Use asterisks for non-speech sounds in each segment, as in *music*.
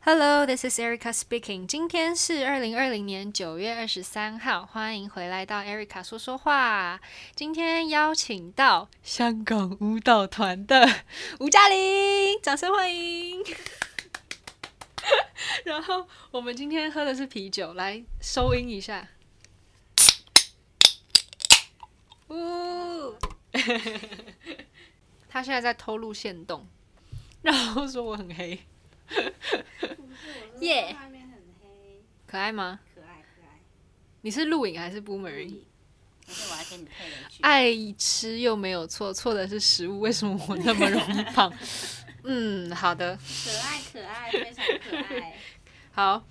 Hello, this is Erica speaking. 今天是二零二零年九月二十三号，欢迎回来到 Erica 说说话。今天邀请到香港舞蹈团的 *laughs* 吴嘉玲，掌声欢迎。 *laughs* 然后我们今天喝的是啤酒，来收音一下。呜， *laughs* 他现在在偷录线动，然后说我很黑，耶耶！外面很黑，可爱吗？可爱可爱。你是录影还是 boomerang？而且我还跟你配了一句，爱吃又没有错，错的是食物。为什么我那么容易胖？嗯，好的，可爱可爱，非常可爱。好，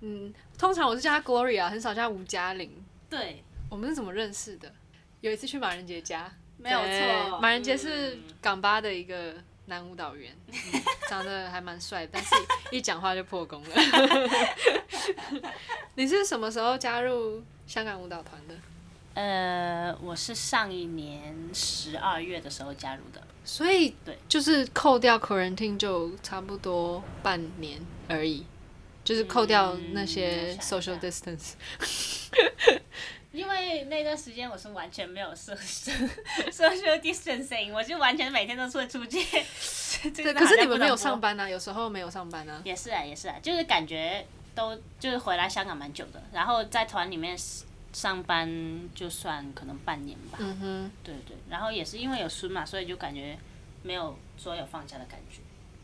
嗯，通常我是叫他 Gloria，很少叫吴嘉玲。对，我们是怎么认识的？有一次去马仁杰家，没有对错。马仁杰是嗯港巴的一个男舞蹈员，嗯长得还蛮帅，但是一讲话就破功了。 *laughs* 你是什么时候加入香港舞蹈团的？呃，我是上一年十二月的时候加入的，所以对，就是扣掉 quarantine 就差不多半年而已，就是扣掉那些嗯我想一下 social distance。因为那段时间我是完全没有 social social distancing，我就完全每天都是会出去。对，对可是你们没有上班。班啊，有时候没有上班啊。也是啊，也是啊，就是感觉都就是回来香港蛮久的，然后在团里面上班就算可能半年吧。嗯哼，对对，然后也是因为有孙嘛，所以就感觉没有说有放假的感觉。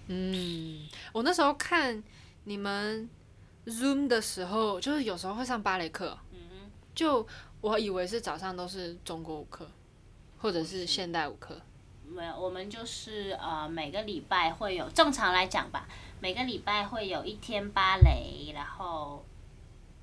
嗯，我那时候看你们 Zoom 的时候，就是有时候会上芭蕾课，嗯就我以为是早上都是中国舞课，或者是现代舞课。哼，没有，我们就是呃每个礼拜会有，正常来讲吧，每个礼拜会有一天芭蕾，然后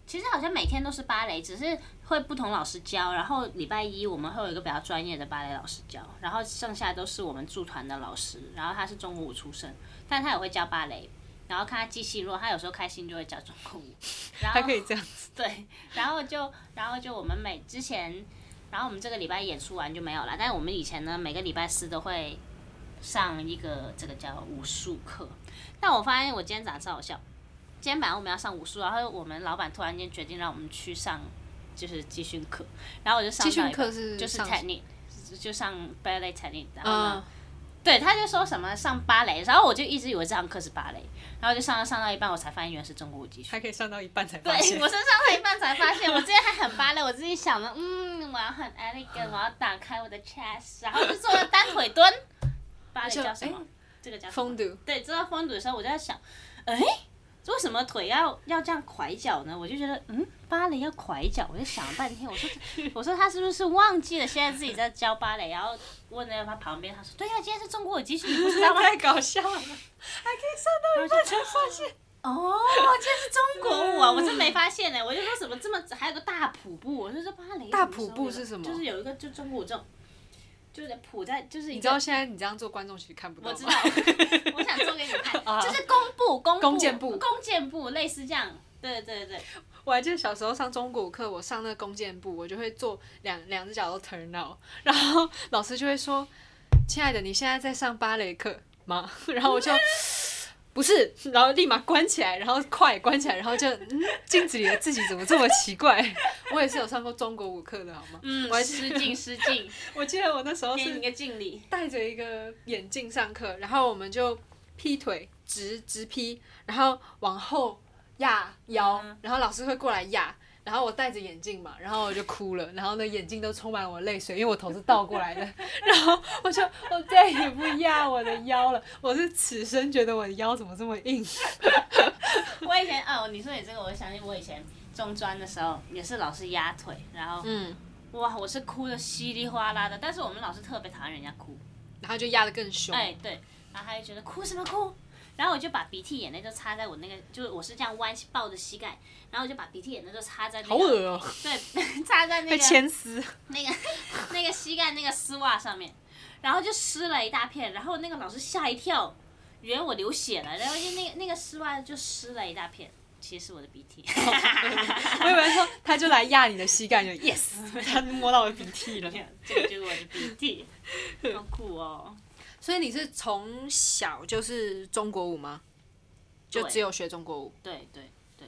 其实好像每天都是芭蕾，只是会不同老师教。然后礼拜一我们会有一个比较专业的芭蕾老师教，然后剩下都是我们驻团的老师。然后他是中国舞出身，但他也会教芭蕾。然后看他记性，如果他有时候开心就会教中国舞，然后还可以这样子， *laughs* 对，然后就然后就我们每之前，然后我们这个礼拜演出完就没有了。但是我们以前呢，每个礼拜四都会上一个这个叫武术课。但我发现我今天早上超好笑，今天晚上我们要上武术，然后我们老板突然间决定让我们去上就是集训课，然后我就上集训到一半课是就是上 technique，就上 ballet technique，然后嗯，呢。对，他就说什么上芭蕾，然后我就一直以为这堂课是芭蕾，然后就上到上到一半，我才发现原来是中国舞集训。还可以上到一半才对发现我。是上了一半才发现，我之前还很芭蕾，我自己想的，嗯，我要很 elegant，我要打开我的 chest，然后就做了单腿蹲。芭蕾叫什么哎？这个叫什么风度，对，知道风度的时候，我就在想，哎，为什么腿要要这样拐脚呢？我就觉得，嗯，芭蕾要拐脚，我就想了半天， *laughs* 我说，我说他是不是忘记了现在自己在教芭蕾？然后问了他旁边，他说，对呀、今天是中国有集训，你不知道 *laughs* 吗？太搞笑了，还可以上到一半才发现。哦，这是中国舞啊！我真没发 *laughs* 现呢、我就说怎么这么还有个大瀑布，我就说芭蕾大什么时候瀑布有是什么就是有一个就中国舞这种，就是谱在就是一你个知道现在你这样做，观众其实看不到吗我知道，我想做给你 *laughs* 看，啊就是弓步弓弓箭步弓箭步类似这样，对对对， *laughs* 我还记得小时候上中国舞课，我上那个弓箭步，我就会做两两只脚都 turn out，然后老师就会说：“亲爱的，你现在在上芭蕾课吗？” *laughs* 然后我就。不是，然后立马关起来，然后快关起来，然后就嗯，镜子里的自己怎么这么奇怪？ *laughs* 我也是有上过中国舞课的好吗？嗯我还，记失敬失敬，我记得我那时候 *laughs* 给你是一个敬礼，戴着一个眼镜上课，然后我们就劈腿直直劈，然后往后压腰，然后老师会过来压。然后我戴着眼镜嘛，然后我就哭了，然后呢眼睛都充满了我泪水，因为我头是倒过来的， *laughs* 然后我就我再也不压我的腰了，我是此生觉得我的腰怎么这么硬，我以前哦，你说你这个，我想起我以前中专的时候也是老是压腿，然后嗯，哇，我是哭的稀里哗啦的，但是我们老师特别讨厌人家哭。然后就压得更凶，哎，对，然后他就觉得哭什么哭，然后我就把鼻涕眼泪就擦在我那个，就是我是这样弯抱着膝盖，然后我就把鼻涕眼泪就擦在那个，好恶哦、对， *laughs* 擦在那被个牵丝，那个那个膝盖那个丝袜上面，然后就湿了一大片，然后那个老师吓一跳，以为我流血了，然后就那个那个丝袜就湿了一大片，其实是我的鼻涕， *laughs* 我以为说他就来压你的膝盖，就 yes，他摸到我的鼻涕了。这个就是我的鼻涕，好酷哦。所以你是从小就是中国舞吗？就只有学中国舞。对对对，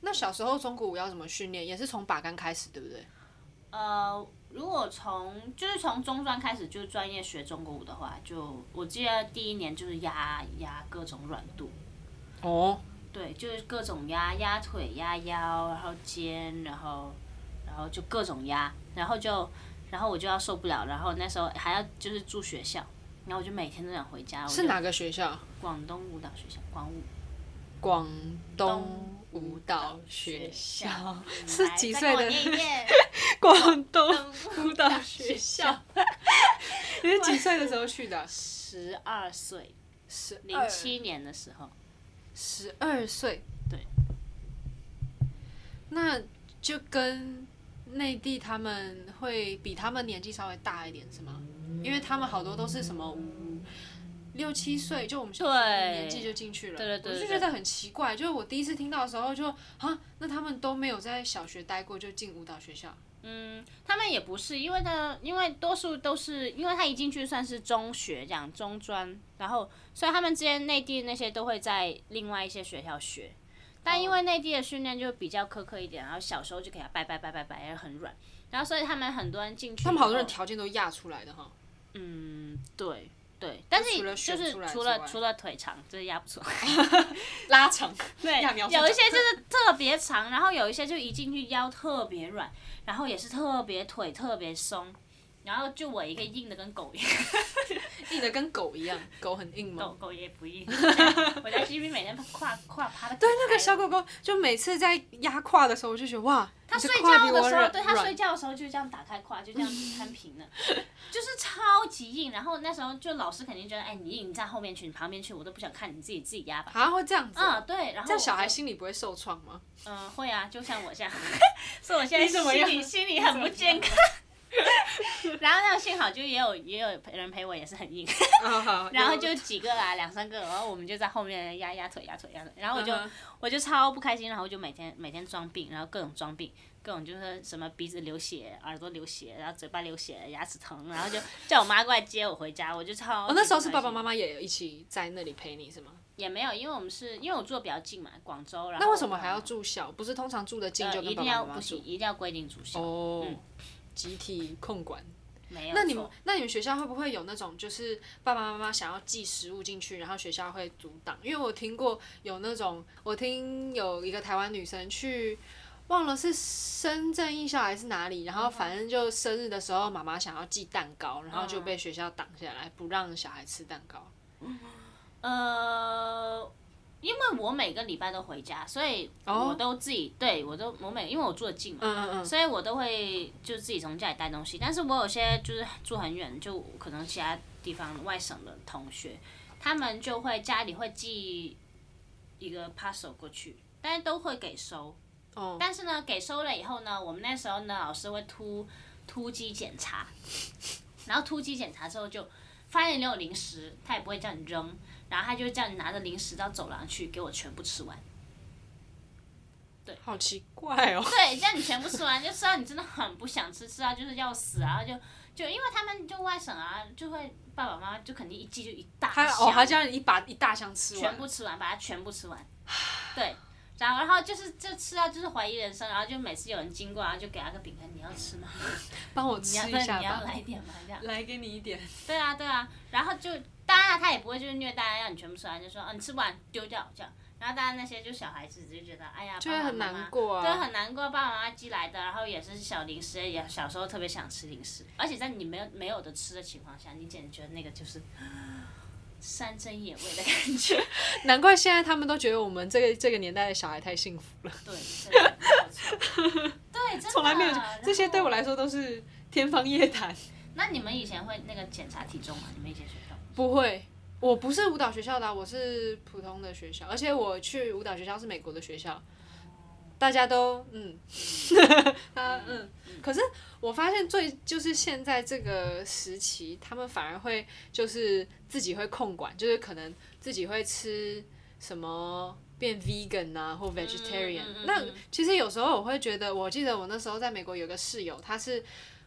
那小时候中国舞要怎么训练？也是从把杆开始，对不对？呃，如果从就是从中专开始就专业学中国舞的话，就我记得第一年就是压压各种软度，哦，对，就是各种压压腿、压腰，然后肩，然后然后就各种压，然后就然后我就要受不了，然后那时候还要就是住学校，然后我就每天都想回家。我是就哪个学校？广东舞蹈学校，广舞。广东舞蹈学 *laughs* 校是几岁来再跟我的？念一遍广东舞舞蹈学校。 *laughs* 你是几岁的时候去的？十 *laughs* 二岁，十零七年的时候，十二岁，对，那就跟内地他们会比他们年纪稍微大一点是吗？因为他们好多都是什么五六七岁，就我们小时候对年纪就进去了，对对对我就对觉得很奇怪。就是我第一次听到的时候就啊，那他们都没有在小学待过就进舞蹈学校，嗯，他们也不是，因为呢，因为多数都是，因为他一进去算是中学这样，中专，然后所以他们之间内地那些都会在另外一些学校学，但哦因为内地的训练就比较苛刻一点，然后小时候就给他掰掰掰掰掰，然后很软，然后所以他们很多人进去以后，他们好多人条件都压出来的哈。嗯，对对，但是除了就选是出来除之了外除了腿长，就是压不出来。拉长，对，揠苗助有一长些就是特别长，然后有一些就一进去腰特别软，然后也是特别腿特别松，然后就我一个硬的跟狗一样，硬的跟狗一样，狗很硬吗？狗狗也不硬。 *laughs* 我在我在 C B 每天跨跨趴的。对那个小狗狗就每次在压胯的时候，我就觉得哇，它睡觉的时候，对它睡觉的时候就这样打开胯，就这样嗯摊平了，就是超级硬。然后那时候就老师肯定觉得，哎，你硬，你站后面去，你旁边去，我都不想看，你自己自己压吧。啊会这样子、啊，对，然后这样小我孩就心里不会受创吗？嗯，会啊，就像 *laughs* 我这样，所以我现在你怎么心里样心里很不健康。 *laughs* 然后呢，幸好就也有也有人陪我，也是很 *laughs* 硬。啊好然后就几个啦，两三个，然后我们就在后面压压腿、压腿、压腿。然后我就、嗯哼我就超不开心，然后我就每天每天装病，然后各种装病，各种就是什么鼻子流血、耳朵流血，然后嘴巴流血、牙齿疼，然后 *laughs* 就叫我妈过来接我回家。我就超哦，那时候是爸爸妈妈妈也一起在那里陪你是吗？也没有，因为我们是因为我住的比较近嘛，广州。然后那为什么我还要住校？不是通常住的近呃就跟一爸定爸要妈妈不行，住一定要规定住校。哦，集体控管。没有那你们错那你们学校会不会有那种就是爸爸妈妈想要寄食物进去，然后学校会阻挡？因为我听过有那种，我听有一个台湾女生去。忘了是深圳艺校还是哪里，然后反正就生日的时候，妈妈想要寄蛋糕，然后就被学校挡下来，不让小孩吃蛋糕。呃，因为我每个礼拜都回家，所以哦我都自己、对我都我每因为我住的近嘛，嗯嗯嗯，所以我都会就自己从家里带东西。但是我有些就是住很远，就可能其他地方外省的同学，他们就会家里会寄一个 parcel 过去，但是都会给收。哦但是呢，给收了以后呢，我们那时候呢，老师会突突击检查，然后突击检查之后就发现你有零食，他也不会叫你扔，然后他就叫你拿着零食到走廊去给我全部吃完。好奇怪哦。对，这样你全部吃完，就知道你真的很不想吃，吃到就是要死啊，就就因为他们就外省啊，就会爸爸妈妈就肯定一寄就一大他箱哦，他叫你一把一大箱吃完，全部吃完，把它全 *sighs* 部吃完。对，然后然后就是就吃到就是怀疑人生，然后就每次有人经过，然后就给他个饼干，你要吃吗？帮我你吃要一下你要吧，来一点吗？这样。来给你一点。对啊对啊，然后就当然了他也不会就是虐待，啊让你全部吃完，就说嗯、你吃不完丢掉这样。然后当然那些就小孩子就觉得哎呀，就会爸爸很妈妈难过啊对，很难过，爸爸妈妈寄来的，然后也是小零食，也小时候特别想吃零食，而且在你没有没有的吃的情况下，你简直觉得那个就是 *gasps* 山珍野味的感觉。难怪现在他们都觉得我们这个这个年代的小孩太幸福了，对，真的没有错。对，真的。从来没有这些对我啊然来后。说都是天方夜谭。那你们以前会那个检查体重吗？你们以前学校？ *laughs* 不会，我不是舞蹈学校的啊、我是普通的学校，而且我去舞蹈学校是美国的学校，大家都嗯， *laughs* 他嗯，可是我发现最就是现在这个时期，他们反而会就是自己会控管，就是可能自己会吃什么。变 vegan 啊，或 vegetarian，、嗯嗯嗯那其实有时候我会觉得，我记得我那时候在美国有个室友，他是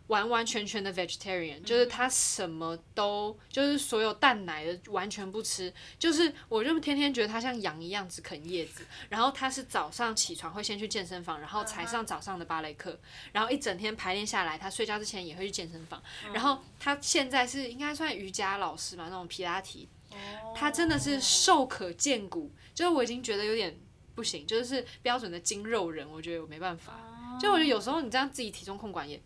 完完全全的 vegetarian，就是他什么都，就是所有蛋奶的完全不吃，就是我就天天觉得他像羊一样只啃叶子，然后他是早上起床会先去健身房，然后才上早上的芭蕾课，然后一整天排练下来，他睡觉之前也会去健身房，然后他现在是应该算瑜伽老师吧，那种皮拉提，他真的是瘦可见骨，就是我已经觉得有点不行，就是标准的精肉人，我觉得我没办法。就我觉得有时候你这样自己体重控管也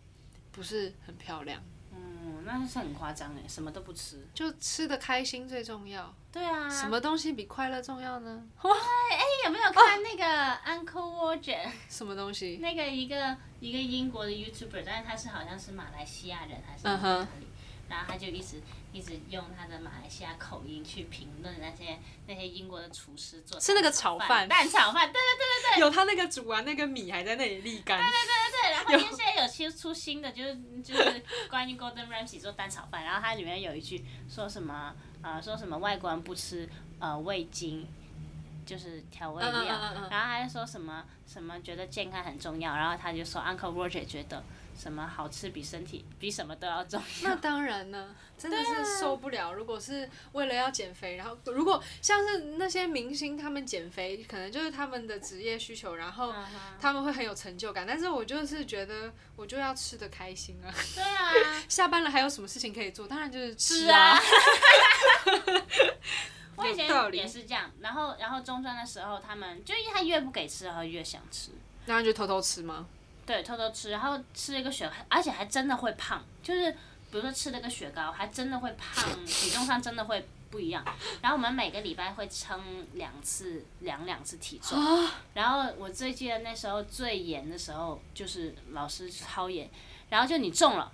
不是很漂亮，嗯，那是很夸张哎，什么都不吃。就吃的开心最重要。对啊，什么东西比快乐重要呢？你有没有看那个 Uncle Roger？、什么东 *laughs* 西？那个一个一个英国的 YouTuber，但是他是好像是马来西亚人还是嗯哼哪里然后他就一直一直用他的马来西亚口音去评论那些那些英国的厨师做是那个炒饭蛋炒饭，对有他那个煮完那个米还在那里沥干，对对，然后因为现在有新出新的，就是就是关于 Golden Ramsy 做蛋炒饭，然后它里面有一句说什么呃说什么外国人不吃呃味精，就是调味料，嗯嗯嗯嗯嗯然后他就说什么什么觉得健康很重要，然后他就说 Uncle Roger 觉得什么好吃比身体比什么都要重要，那当然呢，真的是受不了。如果是为了要减肥，然后如果像是那些明星他们减肥，可能就是他们的职业需求，然后他们会很有成就感。但是我就是觉得，我就要吃的开心啊。 *laughs* 对啊，下班了还有什么事情可以做？当然就是吃 *laughs* 是啊 *laughs* 啊。我以前有道理也是这样，然后然后中专的时候他们就是他越不给吃，然后越想吃。然后就偷偷吃吗？对，偷偷吃，然后吃了一个雪，而且还真的会胖，就是比如说吃了个雪糕，还真的会胖，体重上真的会不一样。然后我们每个礼拜会称两次，量两次体重。然后我最记得那时候最严的时候，就是老师超严，然后就你重了，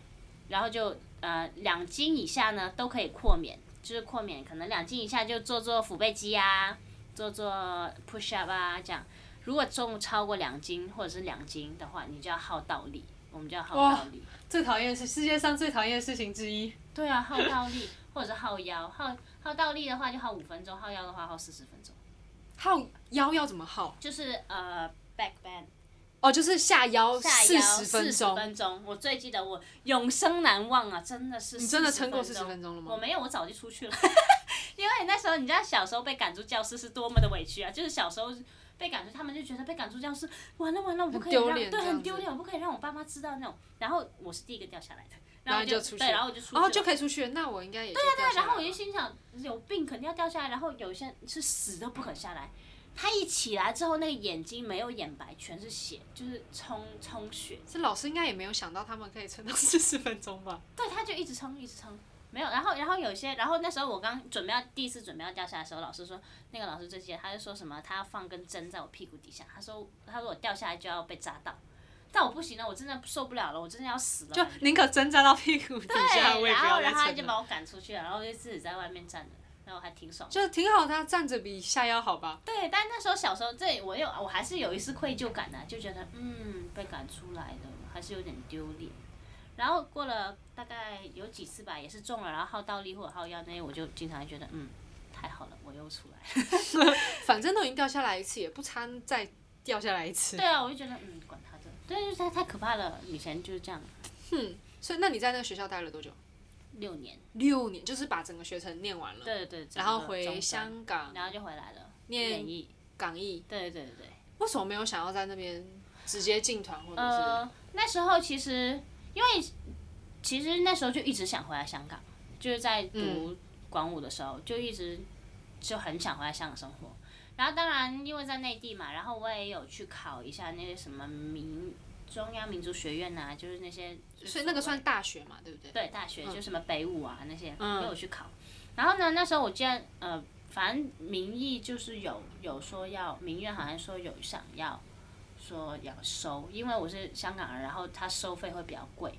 然后就呃两斤以下呢都可以豁免，就是豁免，可能两斤以下就做做腹背肌啊，做做 push up 啊这样。如果重超过两斤或者是两斤的话，你就要耗倒立，我们就要耗倒立。最讨厌的是世界上最讨厌的事情之一。对啊，耗倒立 *laughs* 或者是耗腰，耗耗倒立的话就耗五分钟，耗腰的话耗四十分钟，耗腰要怎么耗？就是呃 back bend。哦，就是下腰下四腰十分40钟。分钟，我最记得我永生难忘啊！真的是你真的40撑过分40分钟了吗我没有，我早就出去了。 *laughs* 因为那时候你知道小时候被赶出教室是多么的委屈啊！就是小时候被赶出，他们就觉得被赶出教室，完了完了，我不可以丢让脸对这样很子丢脸，我不可以让我爸妈知道那种。然后我是第一个掉下来的，然后后我你就就出去对，然后我就出去了，哦，就可以出去了。那我应该也对啊对对，然后我就心想有病肯定要掉下来，然后有一些人是死都不肯下来。他一起来之后，那个眼睛没有眼白，全是血，就是充充血。这老师应该也没有想到他们可以撑到四十分钟吧？对，他就一直撑，一直撑，没有。然后，然后有些，然后那时候我刚准备要第一次准备要掉下来的时候，老师说那个老师最记得，他就说什么他要放根针在我屁股底下，他说他说我掉下来就要被扎到，但我不行了，我真的受不了了，我真的要死了。就宁可针扎到屁股底下，我对，也然不后要然再后他就撑了。把我赶出去了，然后我就自己在外面站着，然后还挺爽的。就挺好的啊，站着比下腰好吧？对，但那时候小时候，这我有我还是有一丝愧疚感的、就觉得嗯被赶出来的，还是有点丢脸。然后过了大概有几次吧，也是中了，然后耗倒立或者耗腰那些，我就经常觉得嗯太好了，我又出来。反正都已经掉下来一次，也不差再掉下来一次。对啊，我就觉得嗯管他的，对，就是太太可怕了，以前就是这样，所以，那你在那个学校待了多久？六年，六年，就是把整个学程念完了，对对对，整然后个回中专，香港然后就回来了，念演艺，港艺。对对对对。为什么没有想要在那边直接进团，或者是、呃，那时候其实因为其实那时候就一直想回来香港，就是在嗯读广武的时候、就一直就很想回来香港生活。然后当然因为在内地嘛，然后我也有去考一下那个什么民中央民族学院呐、就是那些所以那个算大学嘛，对不对？对大学，就什么北舞啊那些嗯都有去考。然后呢，那时候我记得呃，反正民意就是有有说要，民院好像说有想要说要收，因为我是香港人，然后他收费会比较贵。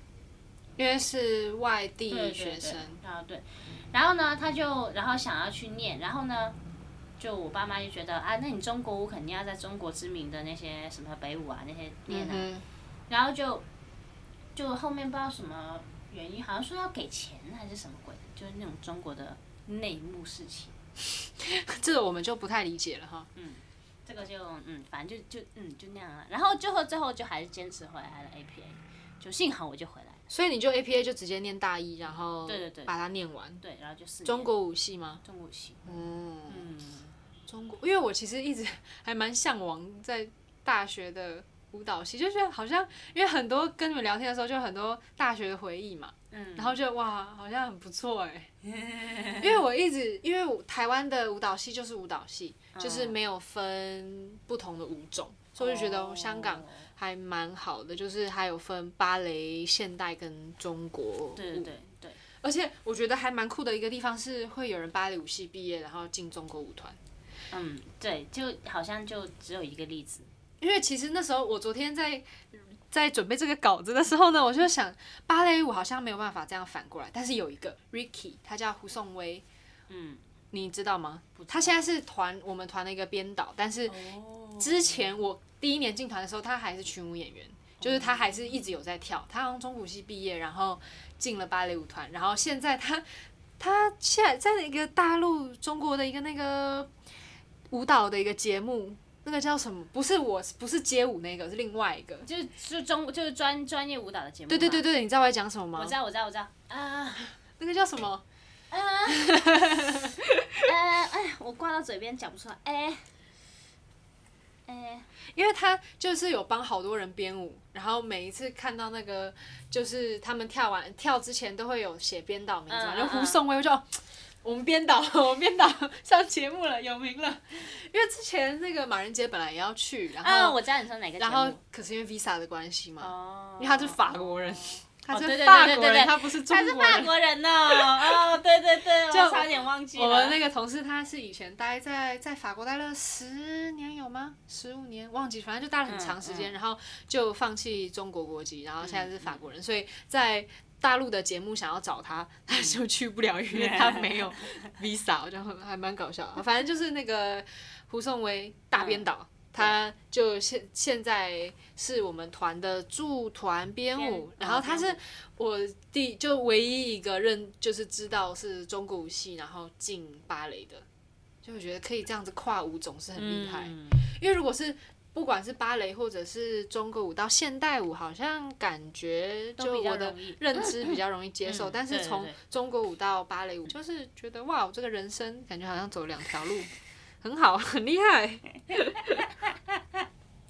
因为是外地对学生，啊对，然后呢，他就然后想要去念，然后呢，就我爸妈就觉得啊，那你中国舞肯定要在中国知名的那些什么北舞啊那些念啊，嗯 *laughs* 然后就就后面不知道什么原因，好像说要给钱还是什么鬼的，就是那种中国的内幕事情。哼，这个我们就不太理解了哈。这个就嗯，反正就就嗯就那样了。然后最后最后就还是坚持回来了 APA，就幸好我就回来了。所以你就 APA 就直接念大一，然后对对对把它念完。对，然后就四年中国舞系吗？中国系，嗯，嗯，中国，因为我其实一直还蛮向往在大学的舞蹈系，就觉得好像因为很多跟你们聊天的时候，就很多大学的回忆嘛，嗯然后就哇，好像很不错 *laughs* 哎、因为我一直因为我台湾的舞蹈系就是舞蹈系，嗯就是没有分不同的舞种，所以我就觉得香港哦还蛮好的，就是还有分芭蕾、现代跟中国舞。对对对对，而且我觉得还蛮酷的一个地方是，会有人芭蕾舞系毕业，然后进中国舞团。嗯，对，就好像就只有一个例子，因为其实那时候我昨天在在准备这个稿子的时候呢，我就想芭蕾舞好像没有办法这样反过来，但是有一个 Ricky，他叫胡颂威，嗯，你知道吗不知？道他现在是团我们团的一个编导，但是哦之前我第一年进团的时候，他还是群舞演员，就是他还是一直有在跳。他好像中古系毕业，然后进了芭蕾舞团，然后现在他他现在在一个大陆中国的一个那个舞蹈的一个节目，那个叫什么？不是我，不是街舞那个，是另外一个。就是就中就是专专业舞蹈的节目，对对对，对，你知道我在讲什么我吗知？道我知道我知道啊。那个叫什么？呃，哎，我挂到嘴边讲不出来，哎，哎，因为他就是有帮好多人编舞，然后每一次看到那个就是他们跳完跳之前都会有写编导名字嘛，嗯嗯然后胡颂威我就、 *laughs* 哦我们编导，我们编导上节目了，有名了。因为之前那个马仁杰本来也要去，然啊，后、我知道你说哪个节然后目，可是因为 visa 的关系嘛，哦因为他是法国人，他对对是对法对国对人，对他不是中他是国法人。 *laughs* 国人哦，哦，对对对，我就差点忘记了。我们那个同事他是以前待在在法国待了十年有吗？十五年忘记，反正就待了很长时嗯间，然后就放弃中国国籍，然后现在是法国嗯人，所以在。大陆的节目想要找他，他就去不了，因为他没 *laughs* 有 visa，我觉得很还蛮搞笑的。反正就是那个胡颂威大编嗯导，他就现现在是我们团的驻团编舞，编然后哦他编舞是我第就唯一一个认就是知道是中国舞系，然后进芭蕾的，就我觉得可以这样子跨舞种是很厉害。嗯因为如果是不管是芭蕾或者是中国舞到现代舞，好像感觉都就比较我的容易认知比较容易接受，嗯但是对对从对中国舞到芭蕾舞，就是觉得哇，我这个人生感觉好像走两条路，很好，很厉害。 *laughs*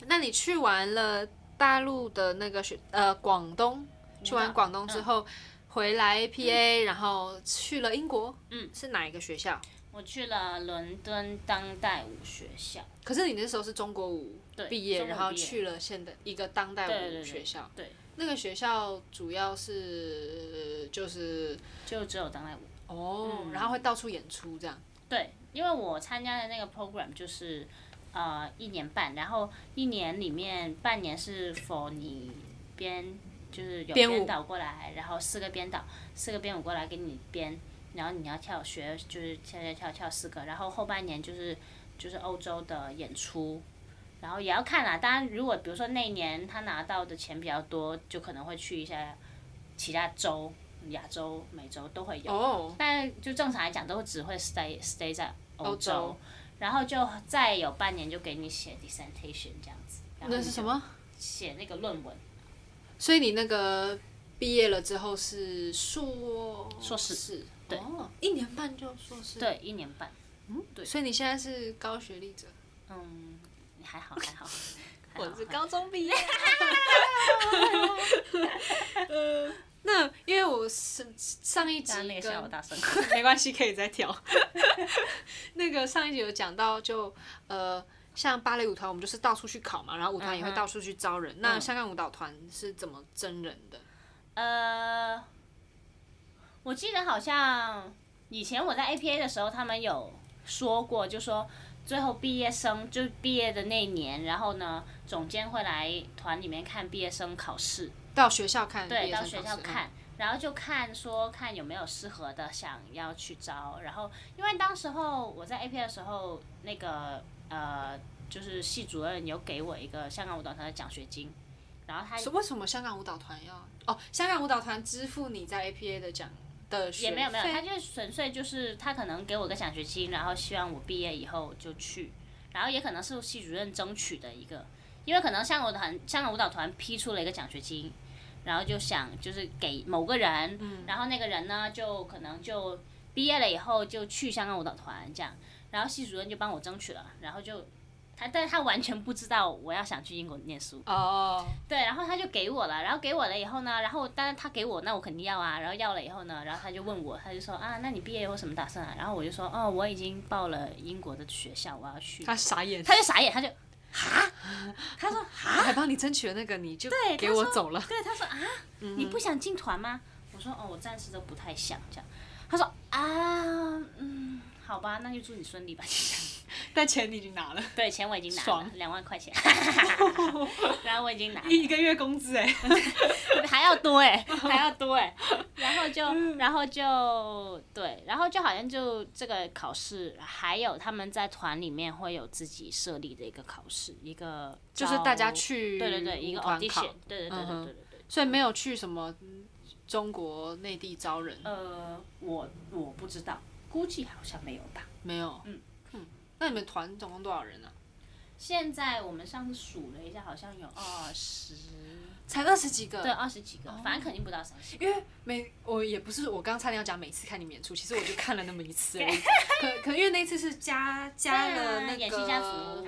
那你去完了大陆的那个学呃广东，去完广东嗯之后、回来 PA，、然后去了英国，嗯，是哪一个学校？我去了伦敦当代舞学校，可是你那时候是中国舞对毕业，中国然后毕业去了现代一个当代对舞对学校。对，那个学校主要是就是就只有当代舞。哦，然后会到处演出这样。嗯对，因为我参加的那个 program 就是呃一年半，然后一年里面半年是 for 你编，就是有编舞编导过来，然后四个编导，四个编舞过来给你编，然后你要跳学就是跳跳跳跳四个，然后后半年就是就是欧洲的演出。然后也要看啦，当然如果比如说那一年他拿到的钱比较多，就可能会去一下其他州、亚洲、美洲都会有。哦，但就正常来讲，都只会 stay stay 在欧欧洲然后就再有半年就给你写 dissertation 这样子。然后那你是就什么？嗯写那个论文，所以你那个毕业了之后是硕硕士对、哦，一年半就硕士。对，一年半，对，所以你现在是高学历者。嗯，还好还好，还好 *laughs* 我是高中毕业。呃，那因为我是上一集刚刚那个笑我跟大声，没关系，可以再调。 *laughs* 那个上一集有讲到就，呃，像芭蕾舞团，我们就是到处去考嘛，然后舞团嗯也会到处去招人。那香港舞蹈团是怎么征人的？呃，我记得好像以前我在 APA 的时候，他们有说过，就说最后毕业生就毕业的那一年，然后呢，总监会来团里面看毕业生考试，到学校看，对，毕业到生嗯学考校试看，，然后就看说看有没有适合的想要去招，然后因为当时候我在 AP 的时候，那个呃就是系主任有给我一个香港舞蹈团的奖学金，然后他是为什么香港舞蹈团要？哦，香港舞蹈团支付你在 APA 的奖的学也没有没有，费他就是纯粹就是他可能给我个奖学金，然后希望我毕业以后就去，然后也可能是系主任争取的一个，因为可能香港舞团香港舞蹈团批出了一个奖学金，然后就想就是给某个人，嗯然后那个人呢就可能就毕业了以后就去香港舞蹈团这样，然后系主任就帮我争取了，然后就他，但是他完全不知道我要想去英国念书，哦，对，然后他就给我了，然后给我了以后呢，然后但是他给我，那我肯定要啊，然后要了以后呢，然后他就问我，他就说啊，那你毕业有什么打算啊？然后我就说，哦，我已经报了英国的学校，我要去，他傻眼，他就傻眼，他就哈，他说我还帮你争取了那个，你就啊对，给他我说走了。 *laughs* 对，他说啊，你不想进团吗？我说哦，我暂时都不太想这样。他说啊，嗯，好吧，那就祝你顺利吧。 *laughs* 就这样但钱你已经拿了， *laughs* 对，钱我已经拿了爽两万块钱， *laughs* 然后我已经拿了，一一个月工资哎、 *laughs* 还要多哎、还要多 *laughs* 哎、然后就，然后就对，然后就好像就这个考试，还有他们在团里面会有自己设立的一个考试，一个就是大家招去对对对一个舞团 audition，考对对对对嗯哼对对对。所以没有去什么嗯中国内地招人，呃，我我不知道，估计好像没有吧。没有。嗯嗯那你们团总共多少人啊？现在我们上次数了一下，好像有二十，哦才二十几个。对，二十几个，反正肯定不到三十。因为每我也不是我刚差点要讲每次看你们演出，其实我就看了那么一次 *laughs* 而已。可可因为那一次是加加了那个啊演戏家族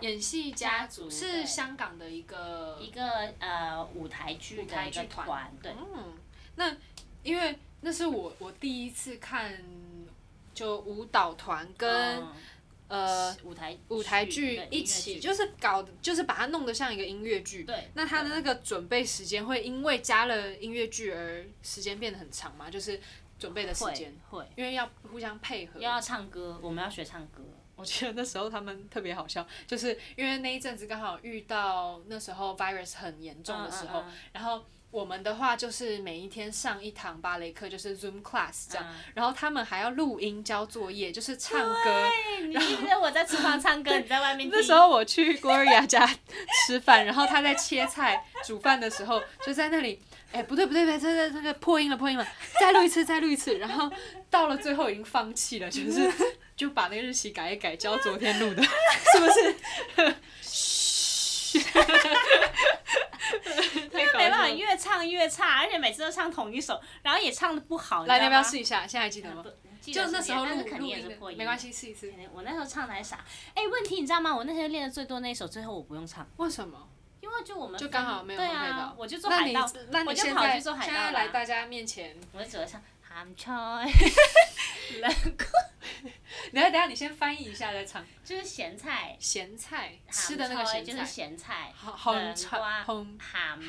演戏家族家族是对香港的一个一个呃舞台剧舞台的一剧个团团，对，嗯，那因为那是我我第一次看就舞蹈团跟、嗯呃舞台舞台剧对一音起，乐剧就是搞就是把它弄得像一个音乐剧。对那它的那个准备时间会因为加了音乐剧而时间变得很长吗？就是准备的时间，会会因为要互相配合又。要唱歌，我们要学唱歌，我 *laughs* 记得那时候他们特别好笑，就是因为那一阵子刚好遇到那时候 virus 很严重的时候，嗯嗯嗯然后我们的话就是每一天上一堂芭蕾课，就是 Zoom class 这样，嗯然后他们还要录音交作业，就是唱歌。对，你记得我在厨房唱歌，你在外面那听时候我去 Gloria 家吃饭，然后她在切菜煮饭的时候，就在那里，哎、不对不对不对，这这这个破音了破音了，再录一次再录一次，然后到了最后已经放弃了，就是就把那个日期改一改，交昨天录的， *laughs* 是不是？嘘，太搞因为没笑办法，了。越唱越差，而且每次都唱同一首，然后也唱的不好，哦来，你要不你知道要吗？试一下？现在还嗯记得吗？记得就是那时候但录是录肯定也音是破的，音，没关。系，试一次。我那时候唱的还傻，哎，问题你知道吗？我那时候练的最多那一首，最后我不用唱，为什么？因为就我们就刚好没有对分配啊到，我就做那海你盗，那我你就现跑在去做海现盗在啦来大家面前， *laughs* 我就只会唱 I'm Choi，等一下等一下，你先翻译一下再唱。就是咸菜，咸 *laughs* 菜 Ham 吃的那个 Choi 咸就是菜，咸菜，红红冷瓜菜红鹹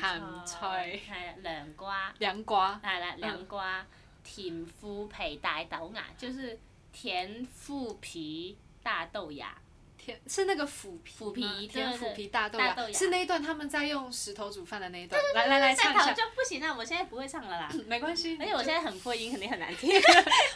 鹹菜菜， *laughs* 嗯係啦涼瓜，凉瓜，係啦涼瓜，甜腐皮大豆芽，就是甜腐皮大豆芽，甜是那个腐皮吗，腐皮甜对腐对皮大豆大豆芽，芽是那一段他们在用石头煮饭的那一段。来来 *laughs* 来，唱再一跑下，就不行了，我现在不会唱 *laughs* 了啦。没关系。而且我现在，在很破音，肯定很难听。 *laughs*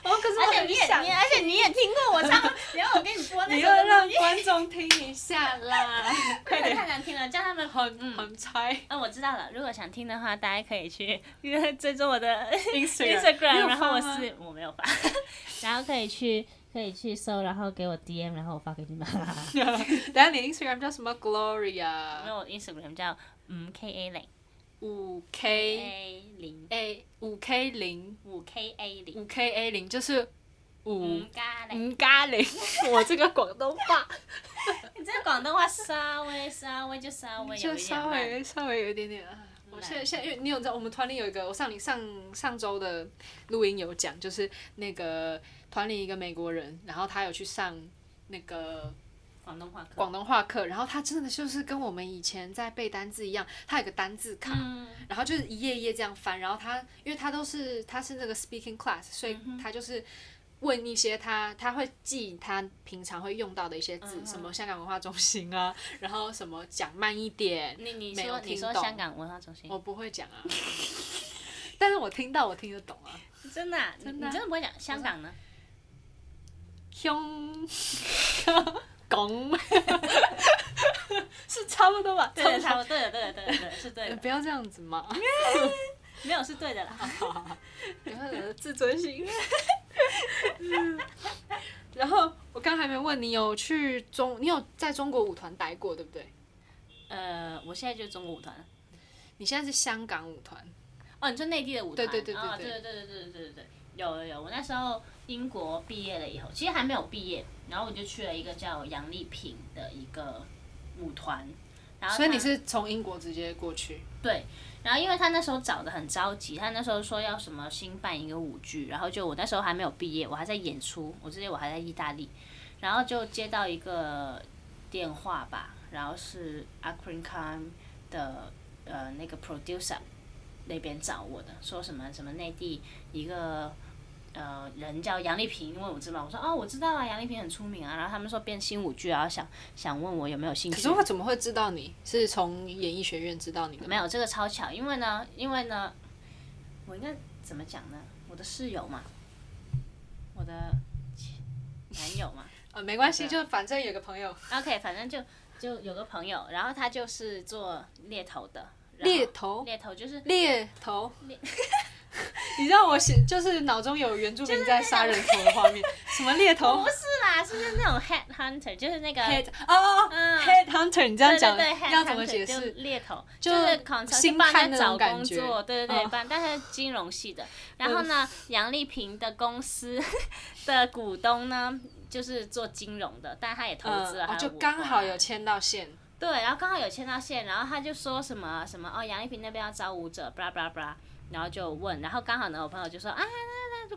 哦，可是而我且很你也，想你，而且你也听过我唱， *laughs* 然后我给你播那你首要东让西，观众听一下啦，快真的点。太难听了，叫他们。红红菜嗯，我知道了。如果想听的话，大家可以去 *laughs* 追踪我的 *laughs* 你 Instagram，有然后发我吗是我没有发， *laughs* 然后可以去可以去搜，然后给我 DM，然后我发给 *laughs* 你们。等一下你 Instagram 叫什么？Gloria 那我 Instagram 叫嗯 K A 零五 K A 零 A 五 K 零五 K A 零五 K A 零就是五嗯咖喱。嗯咖喱， *laughs* 我这个广东话 *laughs* 你这广东话稍微稍微就稍微 *laughs* 有就一点稍慢。微稍微有一点点啊。我现在现在因为你有在我们团里有一个，我上你上上周的录音有讲，就是那个团里一个美国人，然后他有去上那个广东话课。广东话课，然后他真的就是跟我们以前在背单字一样，他有个单字卡，嗯然后就是一页一页这样翻，然后他因为他都是他是那个 speaking class，所嗯以他就是问一些他他会记他平常会用到的一些字，嗯哼什么香港文化中心啊， *laughs* 然后什么讲慢一点，你你没有说你听说懂香港文化中心，我不会讲啊，但是我听到我听得懂啊，真的啊、你真你的啊真的不会讲香港呢？凶 *laughs* 拱 *laughs* 是差不多吧？对不的，多差不多，对的，对的，对的，对的是对呃 *laughs* 的，不要这样子嘛，没有是对的啦。然后有自尊心。 *laughs* 嗯然后我刚还没问你有去中，你有在中国舞团待过对不对？呃，我现在就是中国舞团，你现在是香港舞团，哦，你说内地的舞团？对对对对哦对对对对对对对对，有有有。我那时候英国毕业了以后，其实还没有毕业，然后我就去了一个叫杨丽萍的一个舞团。然后所以它你是从英国直接过去，啊对，然后因为他那时候找的很着急，他那时候说要什么新办一个舞剧，然后就我那时候还没有毕业，我还在演出，我记得我还在意大利，然后就接到一个电话吧，然后是 a q u i n c o m 的呃那个 producer 那边找我的，说什么什么内地一个。呃，人叫杨丽萍，问我知道吗？我说哦，我知道啊，杨丽萍很出名啊。然后他们说变新舞剧啊，然后想想问我有没有兴趣。可是我怎么会知道你是从演艺学院知道你的？没有，这个超巧，因为呢，因为呢，我应该怎么讲呢？我的室友嘛，我的男友嘛呃，没关啊系，就反正有个朋友，OK，反正就就有个朋友，然后他就是做猎头的，然后猎头猎头就是猎头， *laughs* 你让我写就是脑中有原住民在杀人头的画面，什么猎头不是啦，是就是那种 head hunter，就是那个 head *laughs* 哦嗯 head hunter，你这样对讲对对，要怎么 headhunter，解就释？猎头就就是可能星帮探他那找种感工觉作，对对对，哦嗯帮、但他是金融 *laughs* 系的。然后呢，杨丽萍的公司 *laughs* 的股东呢，就是做金融的，但他也投资了嗯，哦，他的啊就五刚好环有牵到线，对，然后刚好有牵到线，然后他就说什么什么哦，杨丽萍那边要招舞者，blah blah blah，然后就问，然后刚好呢，我朋友就说啊，那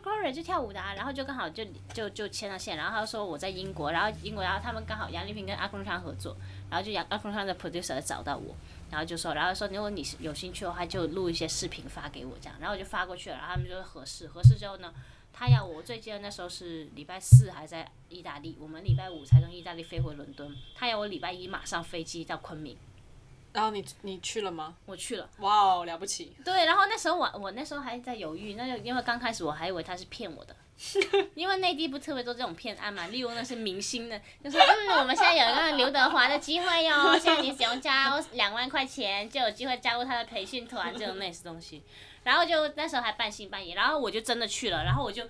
那 Gloria 就跳舞的、啊，然后就刚好就就就牵了线，然后他说我在英国，然后英国，然后他们刚好杨丽萍跟阿坤昌合作，然后就杨阿坤昌的 producer 找到我，然后就说，然后说如果你是有兴趣的话，就录一些视频发给我这样，然后我就发过去了，然后他们就合适，合适之后呢。他要我，我最记得那时候是礼拜四还在意大利，我们礼拜五才从意大利飞回伦敦。他要我礼拜一马上飞机到昆明，然后你你去了吗？我去了。哇哦，了不起！对，然后那时候我我那时候还在犹豫，那就因为刚开始我还以为他是骗 *laughs* 我的，因为内地不特别多这种骗案嘛，例如那些明星的，就说嗯，我们现在有一个刘德华的机会哟，现在你只用交两万块钱就有机会加入他的培训团这种类似东西。然后就那时候还半信半疑，然后我就真的去了，然后我就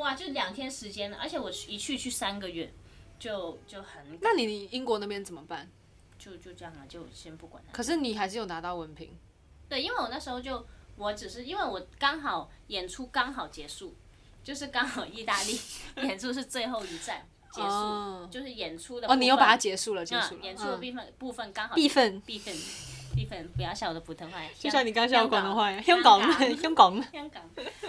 哇，就两天时间了，而且我去一去去三个月，就就很那你英国那边怎么办？就就这样了，就先不管他。可是你还是有拿到文凭，对，因为我那时候就我只是因为我刚好演出刚好结束，就是刚好意大利 *laughs* 演出是最后一站结束，哦就是演出的哦，你又把它它结束了，结束了，演出的嗯部分、部分刚好必分，必分必分，不要笑我的普通话，就像你刚才香我广东话一样，香香港港，香港。 *laughs* 香港，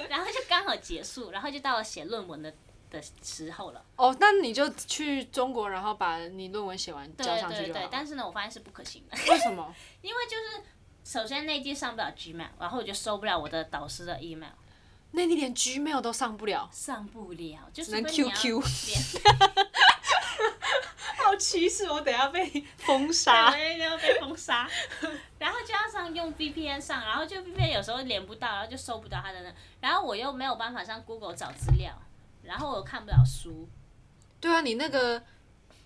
然后就刚好结束，然后就到了写论文的的时候了。哦，那你就去中国，然后把你论文写完对交上去对就好对了，。但是呢，我发现是不可行的。为什么？因为就是首先内地上不了 Gmail，然后我就收不了我的导师的 email，那你连 Gmail 都上不了，上不了，就只是能跟你要 QQ 连好歧视！我等下被 *laughs* 封对，我杀。也要被封 *laughs* 杀。然后就要上用 VPN 上，然后就 VPN 有时候连不到，然后就收不到他的那，然后我又没有办法上 Google 找资料，然后我又看不了书，对啊，你那个